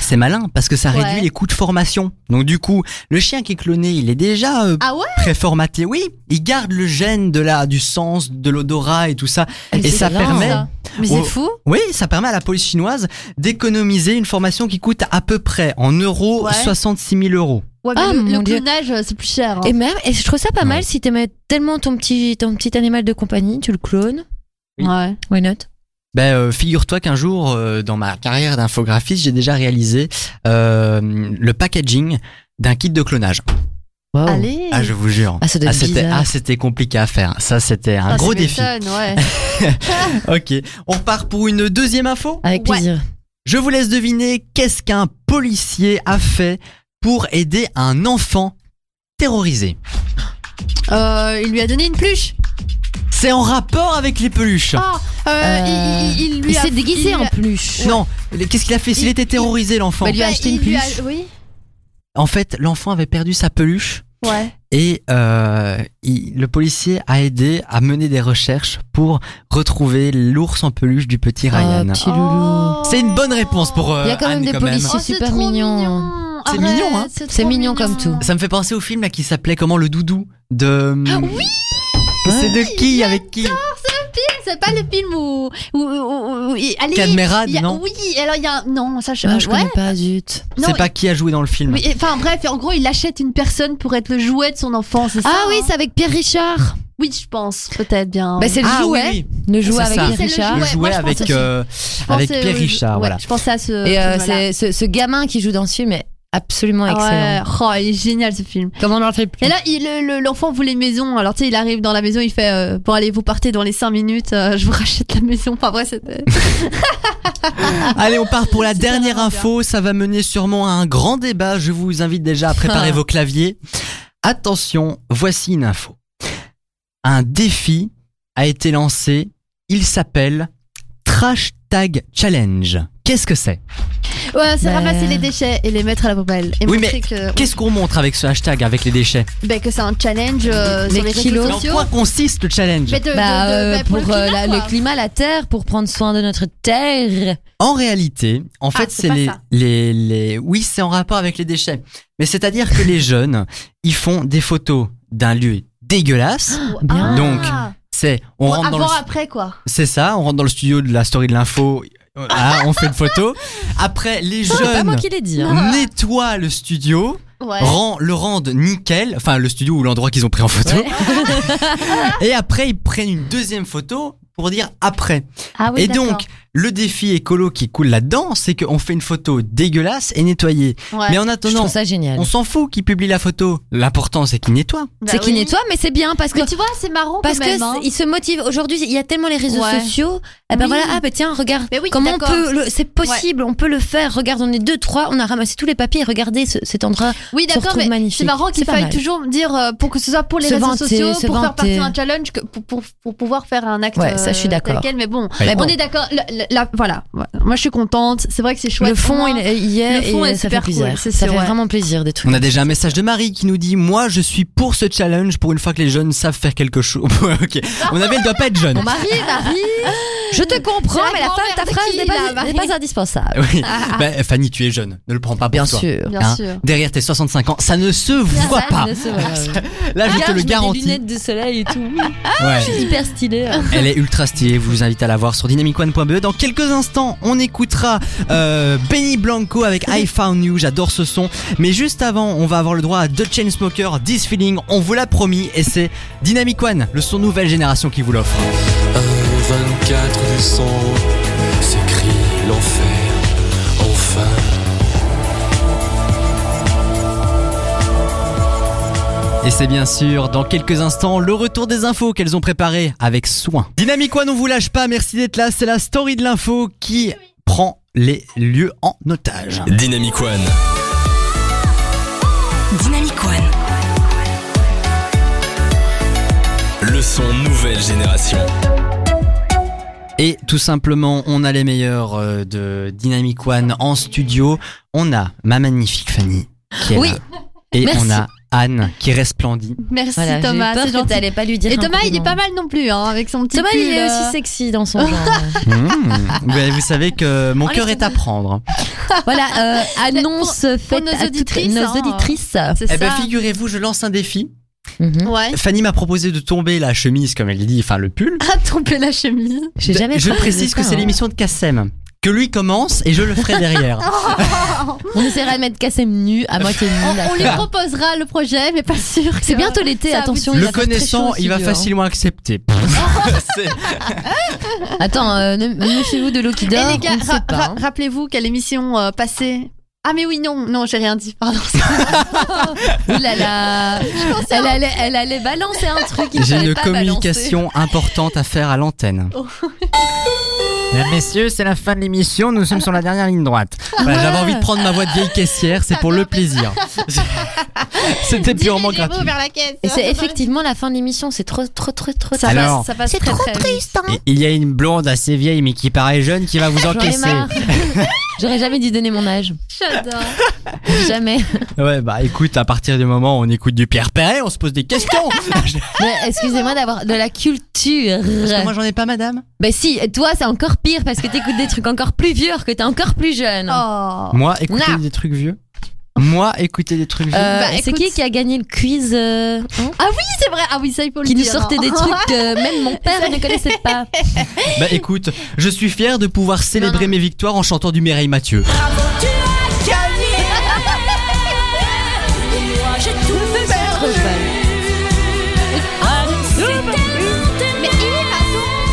S4: c'est malin parce que ça
S2: Ouais.
S4: réduit les coûts de formation. Donc du coup, le chien qui est cloné, il est déjà euh,
S2: Ah ouais
S4: très formaté. Oui, il garde le gène de la du sens, de l'odorat et tout ça.
S6: Mais
S4: et
S6: c'est
S4: ça
S6: malin,
S4: permet
S6: ça.
S2: Mais
S4: Oh.
S2: c'est fou
S4: Oui, ça permet à la police chinoise d'économiser une formation qui coûte à peu près en euros
S2: Ouais.
S4: 66 000 euros.
S2: Ouais, mais
S6: Ah,
S2: le,
S6: mon
S2: le
S6: Dieu.
S2: clonage, euh, c'est plus cher. hein.
S6: Et même, et je trouve ça pas mal si t'aimais tellement ton petit, ton petit animal de compagnie, tu le clones.
S4: oui.
S2: Ouais.
S6: Why not
S4: Ben, euh, figure-toi qu'un jour, euh, dans ma carrière d'infographiste, j'ai déjà réalisé euh, le packaging d'un kit de clonage.
S6: Wow.
S2: Allez
S4: Ah, je vous jure.
S6: Ah, ça doit
S4: Ah,
S6: être
S4: c'était
S6: bizarre.
S4: ah, c'était compliqué à faire. Ça, c'était un
S2: Ah,
S4: gros
S2: tu
S4: défi.
S2: m'étonnes, ouais.
S4: Ok, on part pour une deuxième info.
S6: Avec
S2: Ouais.
S6: plaisir.
S4: Je vous laisse deviner qu'est-ce qu'un policier a fait pour aider un enfant terrorisé.
S2: Euh, il lui a donné une pluche.
S4: C'est en rapport avec les peluches.
S2: Ah, euh,
S6: Euh,
S2: il, il- il lui
S6: Il
S2: a.
S6: s'est déguisé
S2: il-
S6: en plus.
S4: Non, les- qu'est-ce qu'il a fait S'il
S2: Il-
S4: était terrorisé, l'enfant.
S6: Bah, il lui a
S2: Ouais,
S6: acheté une
S2: il lui a-
S6: peluche.
S2: Oui.
S4: En fait, l'enfant avait perdu sa peluche
S2: Ouais.
S4: et euh, il- le policier a aidé à mener des recherches pour retrouver l'ours en peluche du petit
S2: Ah,
S4: Ryan.
S6: Oh, petit loulou.
S4: C'est une bonne réponse pour euh,
S6: Il y a quand même
S4: Anne,
S6: des policiers.
S2: Oh,
S6: C'est super
S2: trop
S6: mignon.
S4: C'est
S2: Arrête,
S4: mignon, hein.
S6: C'est
S2: trop
S6: mignon comme tout.
S4: Ça me fait penser au film là qui s'appelait comment le doudou de. hum,
S2: Ah oui Ah,
S4: C'est de qui avec qui
S2: C'est pas le film où. où, où, où- où- et- allez,
S4: Cadmerade,
S2: il y a-
S4: non
S2: Oui, alors il y a. un- Non, ça je.
S6: Ah, je
S2: ouais.
S6: connais pas, zut.
S2: Non,
S4: C'est pas qui a joué dans le film.
S2: oui, et- Enfin bref, et en gros, il achète une personne pour être le jouet de son enfant, c'est ça
S6: Ah oui,
S2: hein
S6: c'est avec Pierre Richard.
S2: Oui, je pense, peut-être bien.
S6: Bah, c'est le
S4: Ah oui,
S6: jouet.
S4: oui,
S6: Le jouet
S4: C'est
S6: avec
S4: ça.
S6: Pierre
S2: C'est le
S6: Richard.
S2: jouet.
S4: le
S2: Ouais, moi,
S4: jouet
S2: je pense
S4: avec
S2: aussi.
S4: euh,
S2: Je
S4: avec
S2: pensais,
S4: Pierre
S2: oui,
S4: Richard,
S2: ouais,
S4: voilà.
S2: Je pensais à ce.
S6: Et euh, c'est
S2: film-là.
S6: ce, ce gamin qui joue dans ce film est absolument excellent.
S2: Ouais, oh, il est génial ce film.
S6: Comment on en fait plus
S2: Et là, il- le- le- l'enfant voulait une maison. Alors, tu sais, il arrive dans la maison, il fait euh, Bon, allez, vous partez dans les 5 minutes, euh, je vous rachète la maison. Enfin, bref, euh, c'était.
S4: Allez, on part pour la
S2: Super
S4: dernière
S2: bien.
S4: info. Ça va mener sûrement à un grand débat. Je vous invite déjà à
S2: Ah.
S4: préparer vos claviers. Attention, voici une info. Un défi a été lancé. Il s'appelle Trash Tag Challenge. Qu'est-ce que c'est
S2: Ouais, c'est
S6: Bah.
S2: ramasser les déchets et les mettre à la poubelle. Et
S4: Oui,
S2: montrer
S4: mais
S2: que,
S4: Qu'est-ce qu'on montre avec ce hashtag, avec les déchets
S2: bah, que c'est un challenge euh,
S6: Les
S2: sur les
S6: kilos.
S2: réseaux
S4: En
S2: sociaux.
S4: quoi consiste le challenge
S2: Mais de- de-
S6: bah,
S2: de-
S6: euh,
S2: bah,
S6: pour, euh, la-
S2: climat,
S6: le
S2: quoi.
S6: climat, la terre, pour prendre soin de notre terre.
S4: En réalité, en fait,
S2: Ah, c'est
S4: c'est
S2: pas
S4: les,
S2: ça.
S4: les, les- Oui, c'est en rapport avec les déchets. Mais c'est-à-dire que les jeunes, ils font des photos d'un lieu dégueulasse.
S6: Bien.
S2: Ah.
S4: Donc, C'est on
S2: Bon,
S4: rentre dans
S2: avant,
S4: le
S2: après, quoi.
S4: C'est ça, on rentre dans le studio de la story de l'info, euh, ah, on fait une photo. Après, les
S6: C'est pas moi
S4: jeunes
S6: qui l'ai dit. hein.
S4: nettoient le studio,
S2: Ouais.
S4: rend- le rendent nickel, enfin le studio ou l'endroit qu'ils ont pris en photo. Et après, ils prennent une deuxième photo pour dire après.
S2: Ah oui,
S4: et
S2: d'accord.
S4: donc, le défi écolo qui coule là-dedans, c'est qu'on fait une photo dégueulasse et nettoyée.
S2: Ouais.
S4: Mais en
S6: Je
S4: attendant,
S6: trouve ça génial.
S4: on s'en fout qui publie la photo. L'important, c'est qu'il nettoie.
S2: Bah
S6: C'est qu'il
S2: oui.
S6: nettoie, mais c'est bien parce que
S2: Mais tu vois, c'est marrant
S6: Parce
S2: quand même. hein.
S6: que il se motive. Aujourd'hui, il y a tellement les réseaux
S2: Ouais.
S6: sociaux. Eh ben
S2: Oui.
S6: voilà, ah ben tiens, regarde.
S2: Mais oui,
S6: Comment on
S2: d'accord.
S6: peut le- C'est possible, on peut le faire. Regarde, on est deux, trois, on a ramassé tous les papiers. Regardez ce- cet endroit.
S2: Oui,
S6: se
S2: d'accord,
S6: retrouve
S2: mais
S6: magnifique.
S2: c'est marrant qu'il
S6: C'est pas
S2: faille
S6: mal.
S2: toujours dire euh, pour que ce soit pour les
S6: Se
S2: réseaux
S6: vanter,
S2: sociaux,
S6: se
S2: pour faire partie
S6: vanter.
S2: d'un challenge, que- pour, pour, pour pouvoir faire un acte.
S6: Ouais, ça, je suis
S2: euh,
S6: d'accord.
S2: tel quel, mais bon,
S4: Mais
S2: on
S6: bon.
S2: est d'accord. le- le- la- voilà. Voilà. Moi, je suis contente. C'est vrai que c'est chouette.
S6: Le fond,
S2: Moi,
S6: il, il y est
S2: Le fond
S6: et
S2: est
S6: ça fait
S2: super
S6: plaisir.
S2: cool, c'est
S6: ça
S2: sûr,
S6: fait
S2: ouais.
S6: vraiment plaisir des trucs.
S4: On a déjà un message de Marie qui nous dit Moi, je suis pour ce challenge pour une fois que les jeunes savent faire quelque chose. ok. On avait, elle doit pas être jeune.
S6: Mon mari, Marie, je te comprends, mais la fin de ta phrase n'est pas, n'est pas indispensable.
S4: Oui. Bah, Fanny, tu es jeune. Ne le prends pas pour
S6: Bien
S4: toi.
S6: sûr.
S2: Bien
S4: Hein.
S2: sûr.
S4: Derrière tes 65 ans, ça ne se voit pas. Là, je te le
S3: Des
S4: garantis.
S3: lunettes de soleil et tout.
S4: Ouais.
S3: Hyper stylé.
S4: Elle est ultra stylée, vous vous invite à la voir sur dynamicone.be. Dans quelques instants, on écoutera euh, Benny Blanco avec I Found You, j'adore ce son. Mais juste avant, on va avoir le droit à The Chainsmokers, This Feeling, on vous l'a promis, et c'est Dynamic One, le son nouvelle génération qui vous l'offre.
S9: 24 décembre s'écrit l'enfer, enfin.
S4: Et c'est bien sûr, dans quelques instants, le retour des infos qu'elles ont préparées avec soin. Dynamic One, on vous lâche pas, merci d'être là, c'est la story de l'info qui prend les lieux en otage.
S1: Dynamic One.
S5: Dynamic One.
S1: Le son nouvelle génération.
S4: Et tout simplement, on a les meilleurs euh, de Dynamic One en studio. On a ma magnifique Fanny qui est
S6: Oui.
S4: là. Et
S6: Merci.
S4: on a Anne qui resplendit.
S2: Merci
S6: Voilà, j'ai
S2: Thomas,
S6: peur
S2: c'est
S6: que
S2: gentil.
S6: t'allais pas lui dire.
S2: Et
S6: un
S2: Thomas, il est
S6: compliment.
S2: pas mal non plus, hein, avec son petit
S6: Thomas,
S2: pull.
S6: il est
S2: euh,
S6: aussi sexy dans son genre.
S4: Mmh. Ouais, vous savez que mon cœur est à prendre.
S6: voilà, euh, annonce
S2: pour
S6: faite
S2: nos
S6: à toutes
S2: auditrices,
S6: nos
S2: hein.
S6: auditrices.
S2: C'est ça.
S4: Eh ben, figurez-vous, je lance un défi.
S6: Mhm.
S2: ouais.
S4: Fanny m'a proposé de tomber la chemise, comme elle dit, enfin le pull.
S2: A tromper la chemise.
S6: J'ai jamais
S4: je
S6: fait
S4: précise
S6: ça,
S4: que c'est
S6: hein.
S4: l'émission de Kassem. Que lui commence et je le ferai derrière.
S6: Oh, On essaiera de mettre Kassem nu à moitié
S2: On,
S6: nu. là.
S2: on lui proposera le projet, mais pas sûr. que-
S6: C'est bientôt l'été,
S2: Ça
S6: attention. il
S4: le
S6: va faire très chaud
S4: connaissant,
S6: au
S4: il va
S6: studio, hein.
S4: facilement accepter. C'est-
S6: Attends, euh, ne- méfiez-vous de l'eau qui
S2: Et
S6: dort.
S2: les gars,
S6: on ne sait
S2: ra-
S6: pas,
S2: ra-
S6: hein.
S2: rappelez-vous qu'à l'émission euh, passée. Ah mais oui non non j'ai rien dit pardon
S6: Ouh là là. Elle allait, elle allait balancer un truc. il
S4: J'ai
S6: fallait
S4: une
S6: pas balancer. Oh.
S4: communication importante à faire à l'antenne. Mesdames, Messieurs, c'est la fin de l'émission. Nous sommes sur la dernière ligne droite. Voilà, J'avais envie de prendre ma voix de vieille caissière, c'est
S6: Ah
S4: pour le plaisir. C'était purement gratuit.
S2: vers la caisse Oh.
S6: Et c'est effectivement la fin de l'émission. C'est trop, trop, trop, trop.
S2: ça
S4: Alors,
S2: passe ça passe très très vite.
S4: Et Il y a une blonde assez vieille mais qui paraît jeune qui va vous
S6: J'en ai
S4: encaisser.
S6: marre. J'aurais jamais dû donner mon âge.
S2: j'adore
S6: Jamais.
S4: Ouais, bah écoute, à partir du moment où on écoute du Pierre Perret, on se pose des questions.
S6: Mais Excusez-moi d'avoir de la culture.
S4: Moi j'en ai pas, madame.
S6: Bah si, toi c'est encore pire parce que t'écoutes des trucs encore plus vieux que t'es encore plus jeune.
S2: oh
S4: Moi, écoutez
S6: Non.
S4: des trucs vieux. Moi, écoutez des trucs vieux.
S6: Euh,
S2: Bah,
S6: c'est
S2: écoute.
S6: qui qui a gagné le quiz euh, hein,
S2: c'est vrai ah oui ça il faut le
S6: Qui nous
S2: dire
S6: sortait
S2: hein.
S6: des trucs que même mon père ne connaissait pas.
S4: Bah écoute, je suis fier de pouvoir célébrer mes victoires en chantant du Mireille Mathieu.
S2: Ah,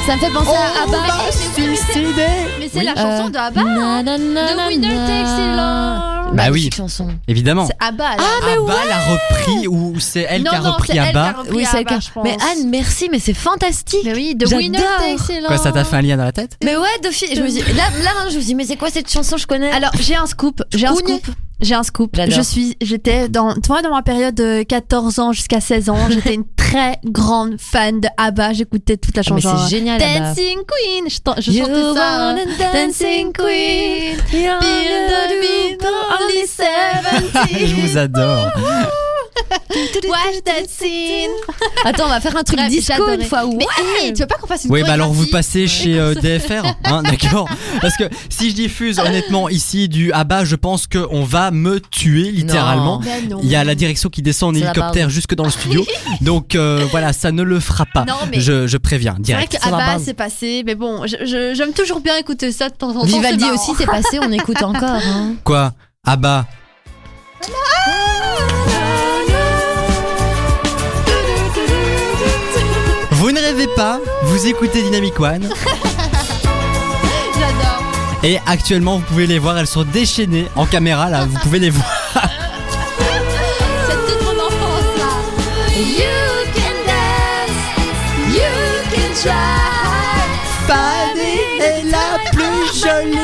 S2: ça ah bah, me fait penser à Abba mais c'est la
S6: Oui.
S2: chanson
S6: Euh,
S2: de Abba
S6: Oh, Na, na, na, na,
S2: The winner
S6: na.
S2: takes it all
S4: Bah oui.
S6: Magnifique chanson.
S4: Évidemment.
S2: c'est Abba là.
S4: Abba l'a repris ou c'est elle
S2: non
S4: qui a
S2: non c'est
S4: repris
S2: elle qui a
S4: Abba
S2: repris
S6: Oui, c'est le
S2: Abba
S6: cas.
S2: bah, je pense
S6: Mais Anne, merci, mais c'est fantastique.
S2: mais oui The
S6: J'adore.
S2: Winner Takes It All
S4: Quoi, ça t'a fait un lien dans la tête
S6: Mais ouais, Dauphine, je me dis, là, là, je me dis, mais c'est quoi cette chanson Je connais.
S2: Alors j'ai un scoop, j'ai un
S6: Cogne.
S2: scoop, j'ai un scoop.
S6: J'adore.
S2: Je suis, j'étais dans, tu vois, dans ma période de 14 ans jusqu'à 16 ans, j'étais une très grande fan de ABBA. J'écoutais toute la
S6: Ah, mais
S2: chanson. hein.
S6: c'est génial. là-bas.
S2: Dancing Queen, je, t'en- je
S6: You
S2: chantais ça. hein.
S6: wanna
S2: Dancing Queen,
S6: you wanna
S2: feel the beat, only
S4: Je
S2: 17.
S4: vous adore.
S2: Watch that scene.
S6: Attends, on va faire un truc
S2: Bref,
S6: disco
S2: j'adorais.
S6: une fois. ou
S2: Mais hey, tu veux pas qu'on fasse une
S4: Oui, bah alors vous
S2: chorégraphie
S4: passez chez euh, DFR, hein, d'accord Parce que si je diffuse honnêtement ici du Abba, je pense qu'on va me tuer littéralement.
S2: Ben non.
S4: Il y a la direction qui descend en
S6: Ça va
S4: hélicoptère jusque dans le studio. Donc euh, voilà, ça ne le fera pas.
S2: Non, mais-
S4: je, je préviens,
S2: C'est vrai
S4: direct.
S2: que
S6: ça va
S2: ABBA
S6: pas.
S2: c'est passé, mais bon, je- je- j'aime toujours bien écouter ça de temps en temps. c'est
S6: Vivaldi
S2: marrant.
S6: aussi, c'est passé, on écoute encore. hein.
S4: Quoi Abba Vous ne rêvez pas, vous écoutez Dynamic One.
S2: J'adore.
S4: Et actuellement, vous pouvez les voir, elles sont déchaînées en caméra là, vous pouvez les voir.
S2: C'est toute mon enfance là. You can dance, you can try.
S4: est la plus jolie.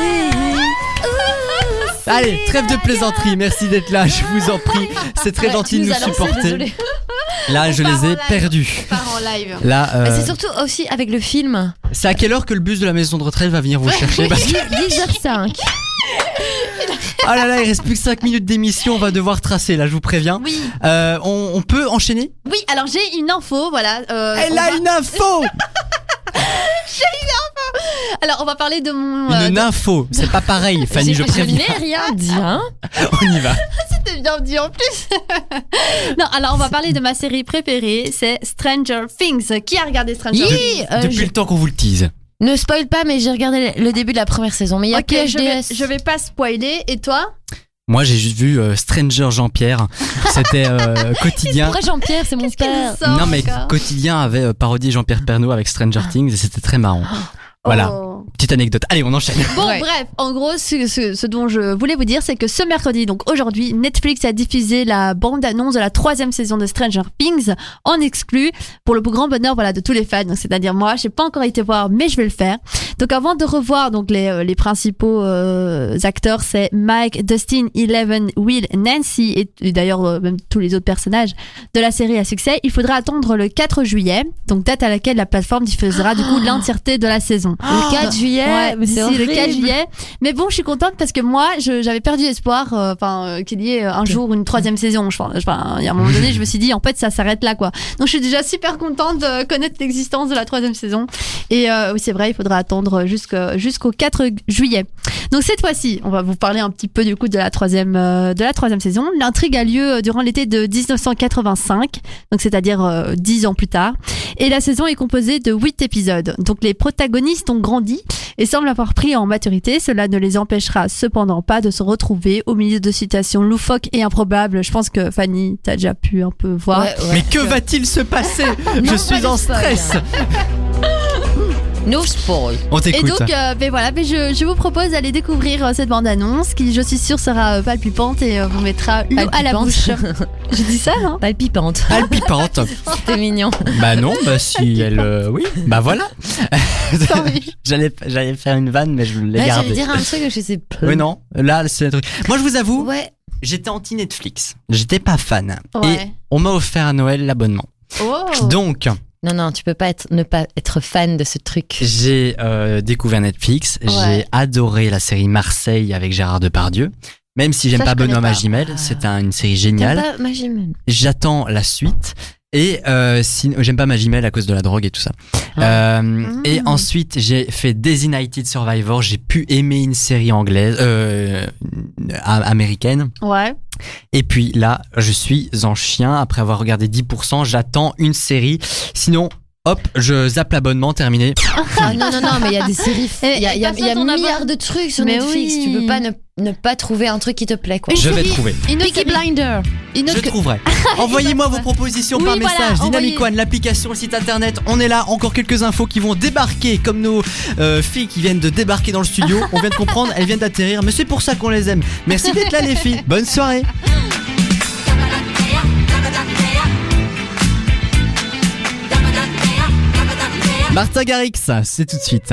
S4: Allez, trêve de plaisanterie, merci d'être là, je vous en prie. C'est très
S6: Ouais,
S4: gentil
S6: tu
S4: de nous
S6: as lancé,
S4: supporter.
S6: désolée.
S4: Là, je les ai
S2: Parole.
S4: perdus.
S2: Part en live.
S4: Là,
S6: Mais
S4: euh,
S6: C'est surtout aussi avec le film.
S4: C'est à quelle heure que le bus de la maison de retraite va venir vous chercher Parce que-
S2: 10h05.
S4: Ah là là, il reste plus que 5 minutes d'émission, on va devoir tracer là, je vous préviens.
S2: Oui.
S4: Euh, on, on peut enchaîner
S2: Oui, alors j'ai une info, voilà. euh, on
S4: Elle
S2: va-
S4: a une info
S2: Alors on va parler de mon. euh,
S4: Une info, c'est pas pareil, Fanny, je préviens.
S6: n'ai rien dit, hein.
S4: On y va.
S2: C'était bien dit en plus. non, alors on va parler de ma série préférée, c'est Stranger Things. Qui a regardé Stranger Things
S6: Hi, euh,
S4: Depuis
S6: je-
S4: le temps qu'on vous le tease.
S6: Ne spoil pas, mais j'ai regardé le début de la première saison. Mais il y a
S2: Ok, je vais,
S6: PHDS.
S2: je vais pas spoiler. Et toi
S4: Moi, j'ai juste vu euh, Stranger Jean-Pierre. C'était euh, quotidien.
S6: Pourquoi Jean-Pierre, c'est mon
S2: Qu'est-ce que
S6: père
S2: tu sors
S4: Non, mais
S2: encore
S4: quotidien avait euh, parodié Jean-Pierre Pernaut avec Stranger Things et c'était très marrant. Voilà,
S2: Oh.
S4: petite anecdote. Allez, on enchaîne.
S2: Bon,
S6: Ouais.
S2: bref, en gros, ce, ce- ce dont je voulais vous dire, c'est que ce mercredi, donc aujourd'hui, Netflix a diffusé la bande-annonce de la troisième saison de Stranger Things en exclu pour le grand bonheur voilà, de tous les fans. Donc, C'est-à-dire moi, j'ai pas encore été voir, mais je vais le faire. Donc avant de revoir donc les, euh, les principaux euh, acteurs, c'est Mike, Dustin, Eleven, Will, Nancy et, et d'ailleurs euh, même tous les autres personnages de la série à succès, il faudra attendre le 4 juillet, donc date à laquelle la plateforme diffusera du coup l'entièreté de la saison.
S6: Ah. Le 4 juillet,
S2: Ouais,
S6: mais c'est
S2: d'ici le 4
S6: horrible.
S2: juillet. Mais bon, je suis contente parce que moi, je- j'avais perdu espoir, euh, enfin, euh, qu'il y ait euh, un jour une troisième saison. Je pense, enfin, il y a un moment donné, je me suis dit, en fait, ça s'arrête là, quoi. Donc, je suis déjà super contente de connaître l'existence de la troisième saison. Et euh, oui, c'est vrai, il faudra attendre jusqu'au jusqu'au 4 juillet. Donc cette fois-ci, on va vous parler un petit peu du coup de la troisième euh, de la troisième saison. L'intrigue a lieu euh, durant l'été de 1985, donc c'est-à-dire euh, dix ans plus tard. Et la saison est composée de huit épisodes. Donc les protagonistes ont grandi et semblent avoir pris en maturité. Cela ne les empêchera cependant pas de se retrouver au milieu de situations loufoques et improbables. Je pense que Fanny, t'as déjà pu un peu voir.
S6: Ouais, ouais.
S4: Mais que va-t-il se passer Je
S6: Non, pas
S4: suis
S6: de
S4: en
S6: spoil.
S4: stress.
S6: No spoil.
S4: On
S2: Et
S4: t'écoute.
S2: donc, euh, ben voilà, ben je, je vous propose d'aller découvrir euh, cette bande-annonce qui, je suis sûre, sera euh, palpitante et euh, vous mettra l'eau à la bouche.
S6: Palpitante.
S2: J'ai dit ça, hein. non
S6: Palpitante.
S4: Palpitante.
S6: C'était mignon.
S4: bah non, bah si elle. euh, oui, bah voilà.
S2: Sorry.
S4: J'allais j'allais faire une vanne, mais je l'ai
S6: Là, j'allais
S4: gardée.
S6: dire un truc que je sais pas.
S4: Oui, non, là, c'est le truc. Moi, je vous avoue,
S6: Ouais.
S4: j'étais anti-Netflix. J'étais pas fan. Et
S2: Ouais.
S4: on m'a offert à Noël l'abonnement.
S2: Oh.
S4: Donc,
S6: Non, non, tu peux pas être, ne pas être fan de ce truc.
S4: j'ai euh, découvert Netflix. J'ai
S2: Ouais.
S4: adoré la série Marseille avec Gérard Depardieu. Même si j'aime
S2: Ça,
S4: pas
S2: je connais
S4: Benoît
S2: pas. Ah.
S4: Magimel, c'est un- une série géniale.
S6: T'aimes pas ma Gmail
S4: J'attends la suite. Et euh, sin- j'aime pas Magimel à cause de la drogue et tout ça. Euh, Et ensuite, j'ai fait Designated Survivor. J'ai pu aimer une série anglaise, euh, am- américaine.
S2: Ouais.
S4: Et puis là, je suis en chien. Après avoir regardé 10%, j'attends une série. Sinon, hop, je zappe l'abonnement, terminé.
S6: Ah non, non, non, mais il y a des séries.
S2: Et-
S6: Il y a, il y a-
S2: et
S6: il y a
S2: Eh, personne
S6: milliards
S2: n'a-
S6: de trucs sur
S2: Mais
S6: Netflix.
S2: oui.
S6: Tu peux pas ne, ne pas trouver un truc qui te plaît, quoi.
S2: Une
S4: Je vais
S2: série-
S4: trouver.
S2: Une autre
S6: Peaky
S2: série-
S6: Blinder.
S2: Une autre Ah,
S4: Je trouverai. Envoyez-moi vos propositions
S2: Oui,
S4: par
S2: voilà,
S4: message.
S2: envoyez-
S4: Dynamic One, l'application, le site internet. On est là. Encore quelques infos qui vont débarquer, comme nos euh, filles qui viennent de débarquer dans le studio. On vient de comprendre, elles viennent d'atterrir. Mais c'est pour ça qu'on les aime. Merci d'être là, les filles. Bonne soirée. Martha Garrix, c'est tout de suite.